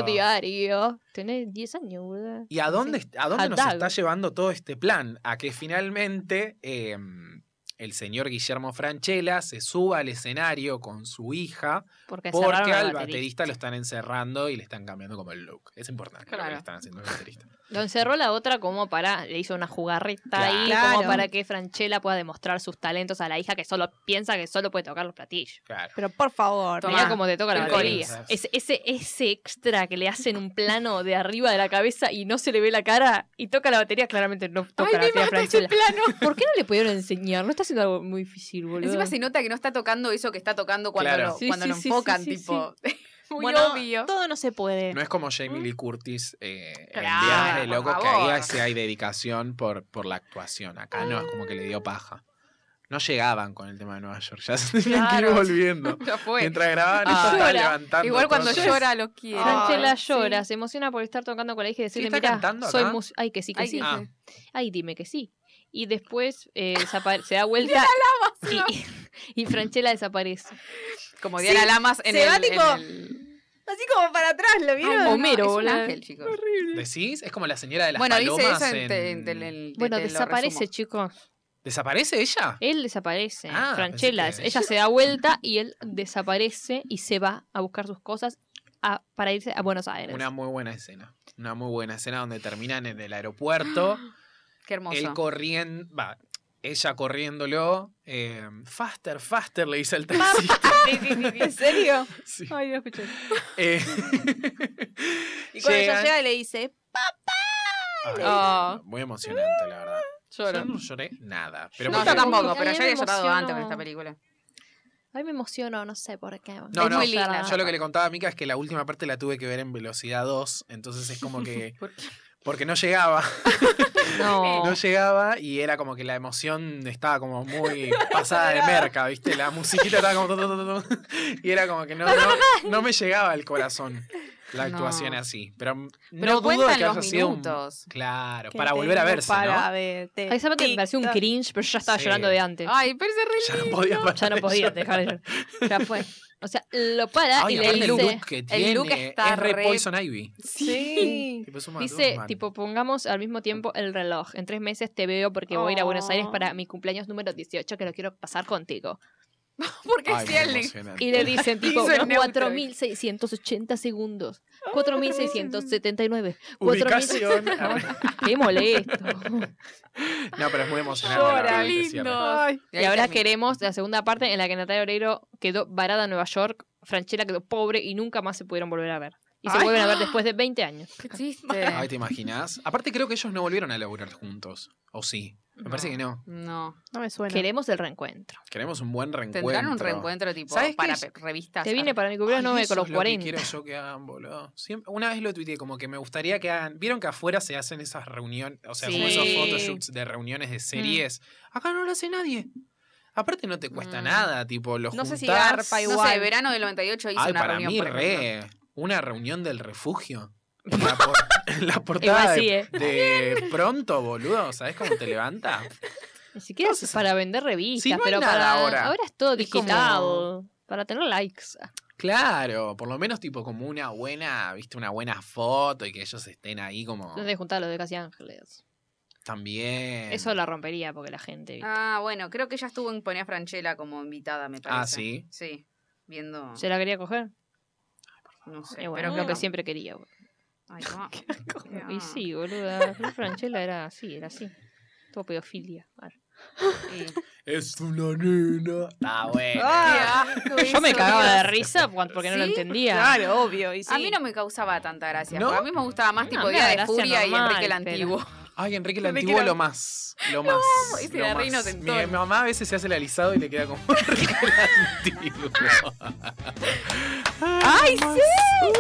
Speaker 5: diario, tenés 10 años, boluda.
Speaker 1: ¿Y a dónde, a dónde
Speaker 5: Hot
Speaker 1: nos
Speaker 5: dog.
Speaker 1: está llevando todo este plan? A que finalmente eh, el señor Guillermo Franchella se suba al escenario con su hija
Speaker 5: Porque, cerraron
Speaker 1: porque
Speaker 5: al
Speaker 1: al
Speaker 5: baterista.
Speaker 1: baterista lo están encerrando y le están cambiando como el look. Es importante lo que
Speaker 2: Claro.
Speaker 1: le están haciendo al baterista.
Speaker 5: Lo encerró la otra como para, le hizo una jugarreta
Speaker 1: Claro.
Speaker 5: ahí,
Speaker 3: Claro.
Speaker 5: como para que Franchella pueda demostrar sus talentos a la hija que solo piensa que solo puede tocar los platillos.
Speaker 1: Claro.
Speaker 3: Pero por favor.
Speaker 2: Tomá.
Speaker 5: Mirá cómo te toca la
Speaker 1: Qué
Speaker 5: batería.
Speaker 1: cosas.
Speaker 5: Ese, ese, ese extra que le hacen un plano de arriba de la cabeza y no se le ve la cara y toca la batería, claramente no toca la batería Franchella.
Speaker 2: plano.
Speaker 5: ¿Por qué no le pudieron enseñar? No está haciendo algo muy difícil, boludo.
Speaker 2: Encima se nota que no está tocando eso que está tocando cuando
Speaker 1: Claro.
Speaker 2: lo,
Speaker 5: Sí,
Speaker 2: cuando
Speaker 5: sí,
Speaker 2: lo
Speaker 5: sí,
Speaker 2: enfocan,
Speaker 5: sí, sí,
Speaker 2: tipo. Muy
Speaker 3: Bueno,
Speaker 2: obvio.
Speaker 3: todo no se puede.
Speaker 1: No es como Jamie Lee Curtis eh,
Speaker 2: Mm. Claro,
Speaker 1: en Viaje
Speaker 2: por
Speaker 1: Loco, que
Speaker 2: favor.
Speaker 1: ahí sí hay dedicación por, por la actuación. Acá no, es como que le dio paja. No llegaban con el tema de Nueva York, ya se tenían que ir
Speaker 2: Claro.
Speaker 1: volviendo.
Speaker 2: Ya fue.
Speaker 1: Mientras grababan,
Speaker 5: Ah.
Speaker 1: esto estaba
Speaker 5: Llora.
Speaker 1: levantando.
Speaker 2: Igual cuando
Speaker 1: cosas.
Speaker 2: llora lo quiere.
Speaker 5: Franchella
Speaker 3: Ah,
Speaker 2: Ay, sí.
Speaker 5: llora, se emociona por estar tocando con la hija y decirle,
Speaker 1: está
Speaker 5: mira,
Speaker 1: cantando
Speaker 5: soy
Speaker 1: acá?
Speaker 5: mus- Ay, que sí, que
Speaker 2: Ay,
Speaker 5: sí.
Speaker 2: que
Speaker 1: Ah.
Speaker 2: sí.
Speaker 5: Ay, dime que sí. Y después eh, desapa- se da vuelta y, y Franchella desaparece.
Speaker 2: Como Diana
Speaker 3: Sí,
Speaker 2: Lamas en
Speaker 3: se
Speaker 2: el,
Speaker 3: va,
Speaker 2: en
Speaker 3: tipo,
Speaker 2: el-
Speaker 3: Así como para atrás, ¿lo
Speaker 2: Ay,
Speaker 3: vieron?
Speaker 2: no,
Speaker 5: Homero,
Speaker 2: es un
Speaker 5: boludo.
Speaker 2: ángel, chicos.
Speaker 1: ¿Decís? Es como la señora de las
Speaker 2: Bueno, dice
Speaker 1: palomas
Speaker 2: eso en,
Speaker 1: en-
Speaker 2: te- en te- en el- te-
Speaker 5: Bueno,
Speaker 2: te lo
Speaker 5: desaparece,
Speaker 2: resumo.
Speaker 5: chicos.
Speaker 1: ¿Desaparece ella?
Speaker 2: Eh,
Speaker 5: Él desaparece.
Speaker 1: Ah,
Speaker 5: Franchella,
Speaker 1: pensé que-
Speaker 5: ella se da vuelta y él desaparece y se va a buscar sus cosas a- para irse a Buenos Aires.
Speaker 1: Una muy buena escena. Una muy buena escena donde terminan en el aeropuerto.
Speaker 2: Qué hermoso.
Speaker 1: Él corriendo. Va, ella corriéndolo. eh, faster, faster, le dice el taxista.
Speaker 3: ¿En serio?
Speaker 1: Sí.
Speaker 3: Ay, no escuché.
Speaker 1: Eh,
Speaker 3: Y cuando ella
Speaker 1: llegan-
Speaker 3: llega y le dice,
Speaker 1: Ay,
Speaker 2: Oh.
Speaker 1: Muy emocionante, la verdad. Yo
Speaker 2: Lloro.
Speaker 1: no lloré nada. Pero
Speaker 2: No,
Speaker 1: porque-
Speaker 2: yo
Speaker 5: lloro.
Speaker 2: tampoco,
Speaker 5: Ay,
Speaker 2: pero
Speaker 5: a mí
Speaker 2: ya había
Speaker 5: me
Speaker 2: llorado
Speaker 5: emocionó.
Speaker 2: antes con esta película.
Speaker 5: Ay, me emociono, no sé por qué.
Speaker 1: No,
Speaker 2: es
Speaker 1: no,
Speaker 2: muy linda.
Speaker 1: yo lo que le contaba a Mika es que la última parte la tuve que ver en velocidad 2, entonces es como que... Porque no llegaba,
Speaker 5: No.
Speaker 1: no llegaba y era como que la emoción estaba como muy pasada de merca, ¿viste? La musiquita estaba como... tu, tu, tu, tu, tu, y era como que no, no, no me llegaba al corazón la
Speaker 2: No.
Speaker 1: actuación así. Pero,
Speaker 2: Pero
Speaker 1: no dudo de
Speaker 2: cuentan
Speaker 1: que haya
Speaker 2: los
Speaker 1: sido un-
Speaker 2: minutos.
Speaker 1: Claro,
Speaker 3: que
Speaker 1: para volver a
Speaker 3: tengo
Speaker 1: verse,
Speaker 3: Para
Speaker 1: ¿no?
Speaker 3: verte.
Speaker 5: A esa parte me pareció un
Speaker 3: Tic-tac.
Speaker 5: cringe, pero yo ya estaba
Speaker 1: Sí. Ah.
Speaker 5: llorando de antes.
Speaker 2: Ay, pero se re
Speaker 1: Ya no podía parar
Speaker 5: ya no
Speaker 1: de
Speaker 5: podía
Speaker 1: llorar.
Speaker 5: dejar de llorar. Ya fue. O sea, lo para
Speaker 1: Ay,
Speaker 5: y le
Speaker 1: aparte el
Speaker 5: dice...
Speaker 1: look que tiene
Speaker 2: look está
Speaker 1: es re,
Speaker 2: re-
Speaker 1: Poison Ivy.
Speaker 3: Sí.
Speaker 1: Tipo, es un
Speaker 5: Dice,
Speaker 1: Batman.
Speaker 5: tipo, pongamos al mismo tiempo el reloj. En tres meses te veo porque voy a ir a Buenos Aires para mi cumpleaños número 18 que lo quiero pasar contigo.
Speaker 2: porque
Speaker 1: Ay,
Speaker 2: sí
Speaker 1: muy
Speaker 2: el
Speaker 1: emocionante.
Speaker 5: Y le dicen, tipo,
Speaker 2: Hizo el neutro.
Speaker 5: 4.680 segundos. 4.679. 4.600.
Speaker 1: Ubicación.
Speaker 5: Qué molesto.
Speaker 1: No, pero es muy emocionante. la
Speaker 2: Llora,
Speaker 1: verdad,
Speaker 2: qué
Speaker 1: que sí,
Speaker 2: lindo.
Speaker 1: Ana.
Speaker 3: Ay.
Speaker 5: Y ahora queremos la segunda parte en la que Natalia Oreiro quedó varada en Nueva York, Franchella quedó pobre y nunca más se pudieron volver a ver. Y se
Speaker 2: Ay.
Speaker 5: vuelven a
Speaker 1: ah.
Speaker 5: ver después de 20 años.
Speaker 2: Qué chiste.
Speaker 1: Ay, ¿te imaginas? Aparte, creo que ellos no volvieron a laburar juntos. ¿O sí? Me parece que no.
Speaker 2: No.
Speaker 3: No me suena.
Speaker 5: Queremos el reencuentro.
Speaker 1: Queremos un buen reencuentro.
Speaker 2: Tendrán un reencuentro tipo
Speaker 1: ¿Sabes qué
Speaker 2: para
Speaker 1: es?
Speaker 2: pe- revistas.
Speaker 5: Te vine para mi cumpleaños, no
Speaker 1: Ay,
Speaker 5: me
Speaker 1: eso
Speaker 5: con los
Speaker 1: es lo que
Speaker 5: 40.
Speaker 1: quiero yo que hagan, boludo. Siempre- una vez lo tuiteé, como que me gustaría que hagan. ¿Vieron que afuera se hacen esas reuniones? O sea, como
Speaker 2: Sí.
Speaker 1: esos photoshoots de reuniones de series. Acá no lo hace nadie. Aparte, no te cuesta
Speaker 2: Mm.
Speaker 1: nada, tipo, los
Speaker 3: No sé si
Speaker 1: juntás.
Speaker 3: garpa
Speaker 2: No sé,
Speaker 3: igual.
Speaker 2: verano del 98 hice
Speaker 1: Ay,
Speaker 2: una
Speaker 1: para
Speaker 2: reunión.
Speaker 1: mí,
Speaker 2: por ejemplo.
Speaker 1: re. Una reunión del refugio. La, por- la portada
Speaker 5: Igual sí,
Speaker 1: de,
Speaker 5: ¿eh?
Speaker 1: de pronto, boludo. ¿Sabes cómo te levanta?
Speaker 5: Ni siquiera
Speaker 1: No sé
Speaker 5: es
Speaker 1: si-
Speaker 5: para vender revistas,
Speaker 1: Sí, no hay
Speaker 5: pero
Speaker 1: nada
Speaker 5: para
Speaker 1: ahora.
Speaker 5: ahora. es todo
Speaker 1: Es como- Ah.
Speaker 5: digital. Para tener likes.
Speaker 1: Claro, por lo menos tipo como una buena, viste, una buena foto y que ellos estén ahí como
Speaker 5: No te juntar los de Casi Ángeles.
Speaker 1: también.
Speaker 5: Eso la rompería porque la gente. ¿viste?
Speaker 2: Ah, bueno, creo que ella estuvo en Ponía Franchella como invitada, me parece.
Speaker 1: Ah, ¿sí?
Speaker 2: Sí. Viendo.
Speaker 5: ¿Se la quería coger?
Speaker 2: No sé.
Speaker 5: Y bueno,
Speaker 2: pero
Speaker 5: lo
Speaker 2: creo
Speaker 5: que
Speaker 2: no.
Speaker 5: siempre quería. boludo.
Speaker 2: Ay, no.
Speaker 1: Ah.
Speaker 2: No.
Speaker 5: Y sí, boluda. Franchella era así, era así. Todo pedofilia. Ah.
Speaker 2: Sí.
Speaker 1: Es una nena. Está bueno.
Speaker 2: Ah.
Speaker 1: Ah.
Speaker 5: Yo me
Speaker 2: eso,
Speaker 5: cagaba de
Speaker 2: Dios.
Speaker 5: risa cu- porque no lo
Speaker 2: Sí,
Speaker 5: entendía.
Speaker 3: Claro, obvio. Y sí.
Speaker 2: A mí no me causaba tanta gracia.
Speaker 1: ¿No?
Speaker 2: porque A mí me gustaba más
Speaker 5: No,
Speaker 2: tipo
Speaker 5: me
Speaker 2: Día
Speaker 5: da
Speaker 2: de
Speaker 5: gracia
Speaker 2: Furia y
Speaker 5: normal,
Speaker 2: Enrique el
Speaker 5: pero-
Speaker 2: Antiguo.
Speaker 1: Ay, Enrique el
Speaker 3: Me
Speaker 1: Antiguo
Speaker 3: quiero-
Speaker 1: lo más. Lo más.
Speaker 2: ese
Speaker 1: lo
Speaker 2: era re
Speaker 1: más.
Speaker 2: inocentón.
Speaker 1: Mi mamá a veces se hace el alisado y le queda como Enrique el Antiguo.
Speaker 3: ¡Ay, sí!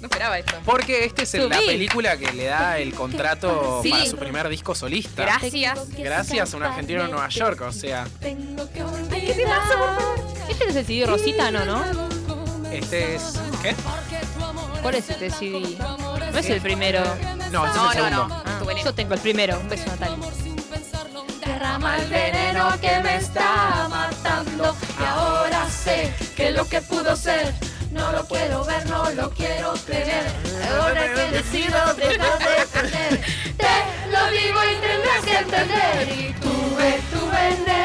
Speaker 2: No esperaba esto.
Speaker 1: Porque este es el- la
Speaker 5: Subí.
Speaker 1: película que le da el contrato
Speaker 2: Sí.
Speaker 1: para su primer disco solista.
Speaker 2: Gracias.
Speaker 1: Gracias a un argentino en Nueva York, o sea,
Speaker 4: Tengo que
Speaker 2: Ay, qué temazo, por favor.
Speaker 5: Este no es el CD Rosita, ¿no? ¿no?
Speaker 1: este es. ¿Qué?
Speaker 5: ¿Cuál es este CD? No es el primero.
Speaker 1: No, este
Speaker 2: No,
Speaker 1: es el
Speaker 2: no,
Speaker 1: segundo.
Speaker 2: no.
Speaker 5: Ah,
Speaker 2: Tu veneno.
Speaker 5: yo tengo el primero. Un beso, Natalia.
Speaker 4: Derrama el veneno que me está matando y ahora sé que lo que pudo ser no lo quiero ver, no lo quiero tener. Ahora que decido dejar de tener, te lo digo y tendrás que entender. Y tuve tu veneno.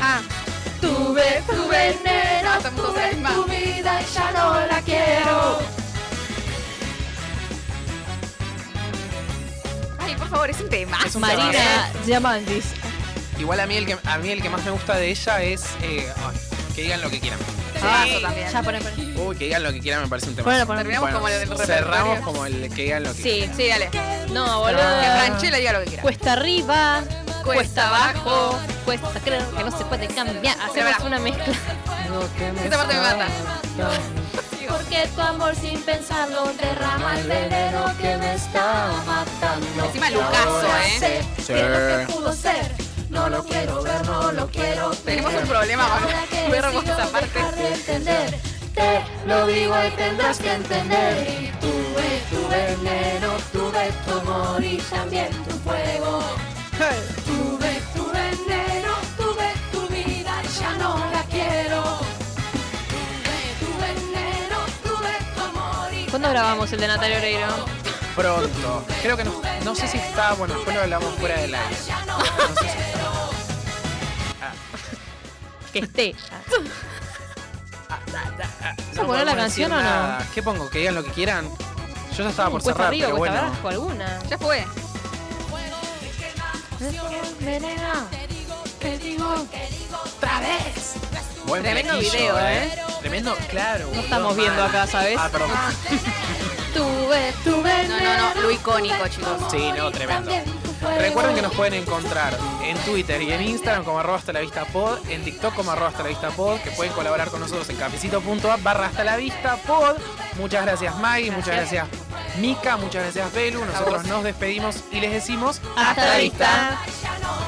Speaker 2: Ah,
Speaker 4: fue tu veneno, tuve tu vida y ya no la quiero.
Speaker 2: Ay, por favor, es un tema.
Speaker 1: Es un
Speaker 5: Marina Diamantis.
Speaker 1: Igual a mí el que a mí el que más me gusta de ella es eh, ay, que digan lo que quieran.
Speaker 2: Temazo también.
Speaker 5: Ya, poné, poné.
Speaker 1: Uy, que digan lo que quieran me parece un tema.
Speaker 5: Ponelo, ponelo.
Speaker 2: Terminamos como el del
Speaker 1: cerramos
Speaker 2: repertorio.
Speaker 1: como el que digan lo que
Speaker 2: Sí,
Speaker 1: quieran.
Speaker 2: sí, dale.
Speaker 5: No,
Speaker 2: Que
Speaker 5: boludo.
Speaker 2: Franchella diga lo que quiera.
Speaker 5: Cuesta arriba,
Speaker 2: Cuesta
Speaker 5: cuesta, abajo, cuesta creo que no se puede cambiar. Hacemos
Speaker 2: pará.
Speaker 5: una mezcla.
Speaker 2: Esta parte me mata.
Speaker 4: Porque tu amor sin pensarlo derrama el veneno que me está matando.
Speaker 2: Encima Lucaso,
Speaker 4: Ahora
Speaker 2: ¿eh?
Speaker 4: sé
Speaker 1: Sí.
Speaker 4: que lo que pudo ser. No lo quiero ver, no lo quiero tener.
Speaker 2: Tenemos un problema con
Speaker 4: Ahora que
Speaker 2: ver
Speaker 4: decido
Speaker 2: esta parte.
Speaker 4: dejar de entender. Te lo digo y tendrás que entender. Y tuve tu veneno, tuve tu amor y también tu fuego. Tuve tu veneno, tuve tu vida y ya no la quiero. Tuve tu veneno, tuve tu amor y
Speaker 5: ¿Cuándo grabamos el de Natalia Oreiro?
Speaker 1: Pronto. Creo que no, no sé si está, bueno, después lo hablamos fuera del aire. No sé si-
Speaker 5: Que esté.
Speaker 1: no
Speaker 5: poner la
Speaker 1: podemos decir
Speaker 5: canción o no?
Speaker 1: nada. ¿Qué pongo? Que digan lo que quieran. Yo ya estaba por
Speaker 5: cuesta
Speaker 1: cerrar,
Speaker 5: arriba,
Speaker 1: pero
Speaker 5: cuesta
Speaker 1: bueno.
Speaker 5: abajo, alguna.
Speaker 2: Ya fue.
Speaker 4: veneno. Te digo, te digo otra vez.
Speaker 1: Buen
Speaker 2: Tremendo
Speaker 1: flequillo,
Speaker 2: video,
Speaker 1: Tremendo, claro. boludo,
Speaker 5: ¿eh? estamos
Speaker 1: mal.
Speaker 5: viendo acá, ¿sabes?
Speaker 1: Ah, perdón.
Speaker 4: Tuve tu veneno.
Speaker 2: no, no, lo icónico, chicos.
Speaker 1: Sí, no, tremendo. Recuerden que nos pueden encontrar en Twitter y en Instagram como arroba hasta la vista pod, en TikTok como arroba hasta la vista pod, que pueden colaborar con nosotros en cafecito.app barra hasta la vista pod. Muchas gracias Maggie, muchas gracias Mika, muchas gracias Belu. Nosotros nos despedimos y les decimos
Speaker 5: Hasta la vista.
Speaker 4: Ya no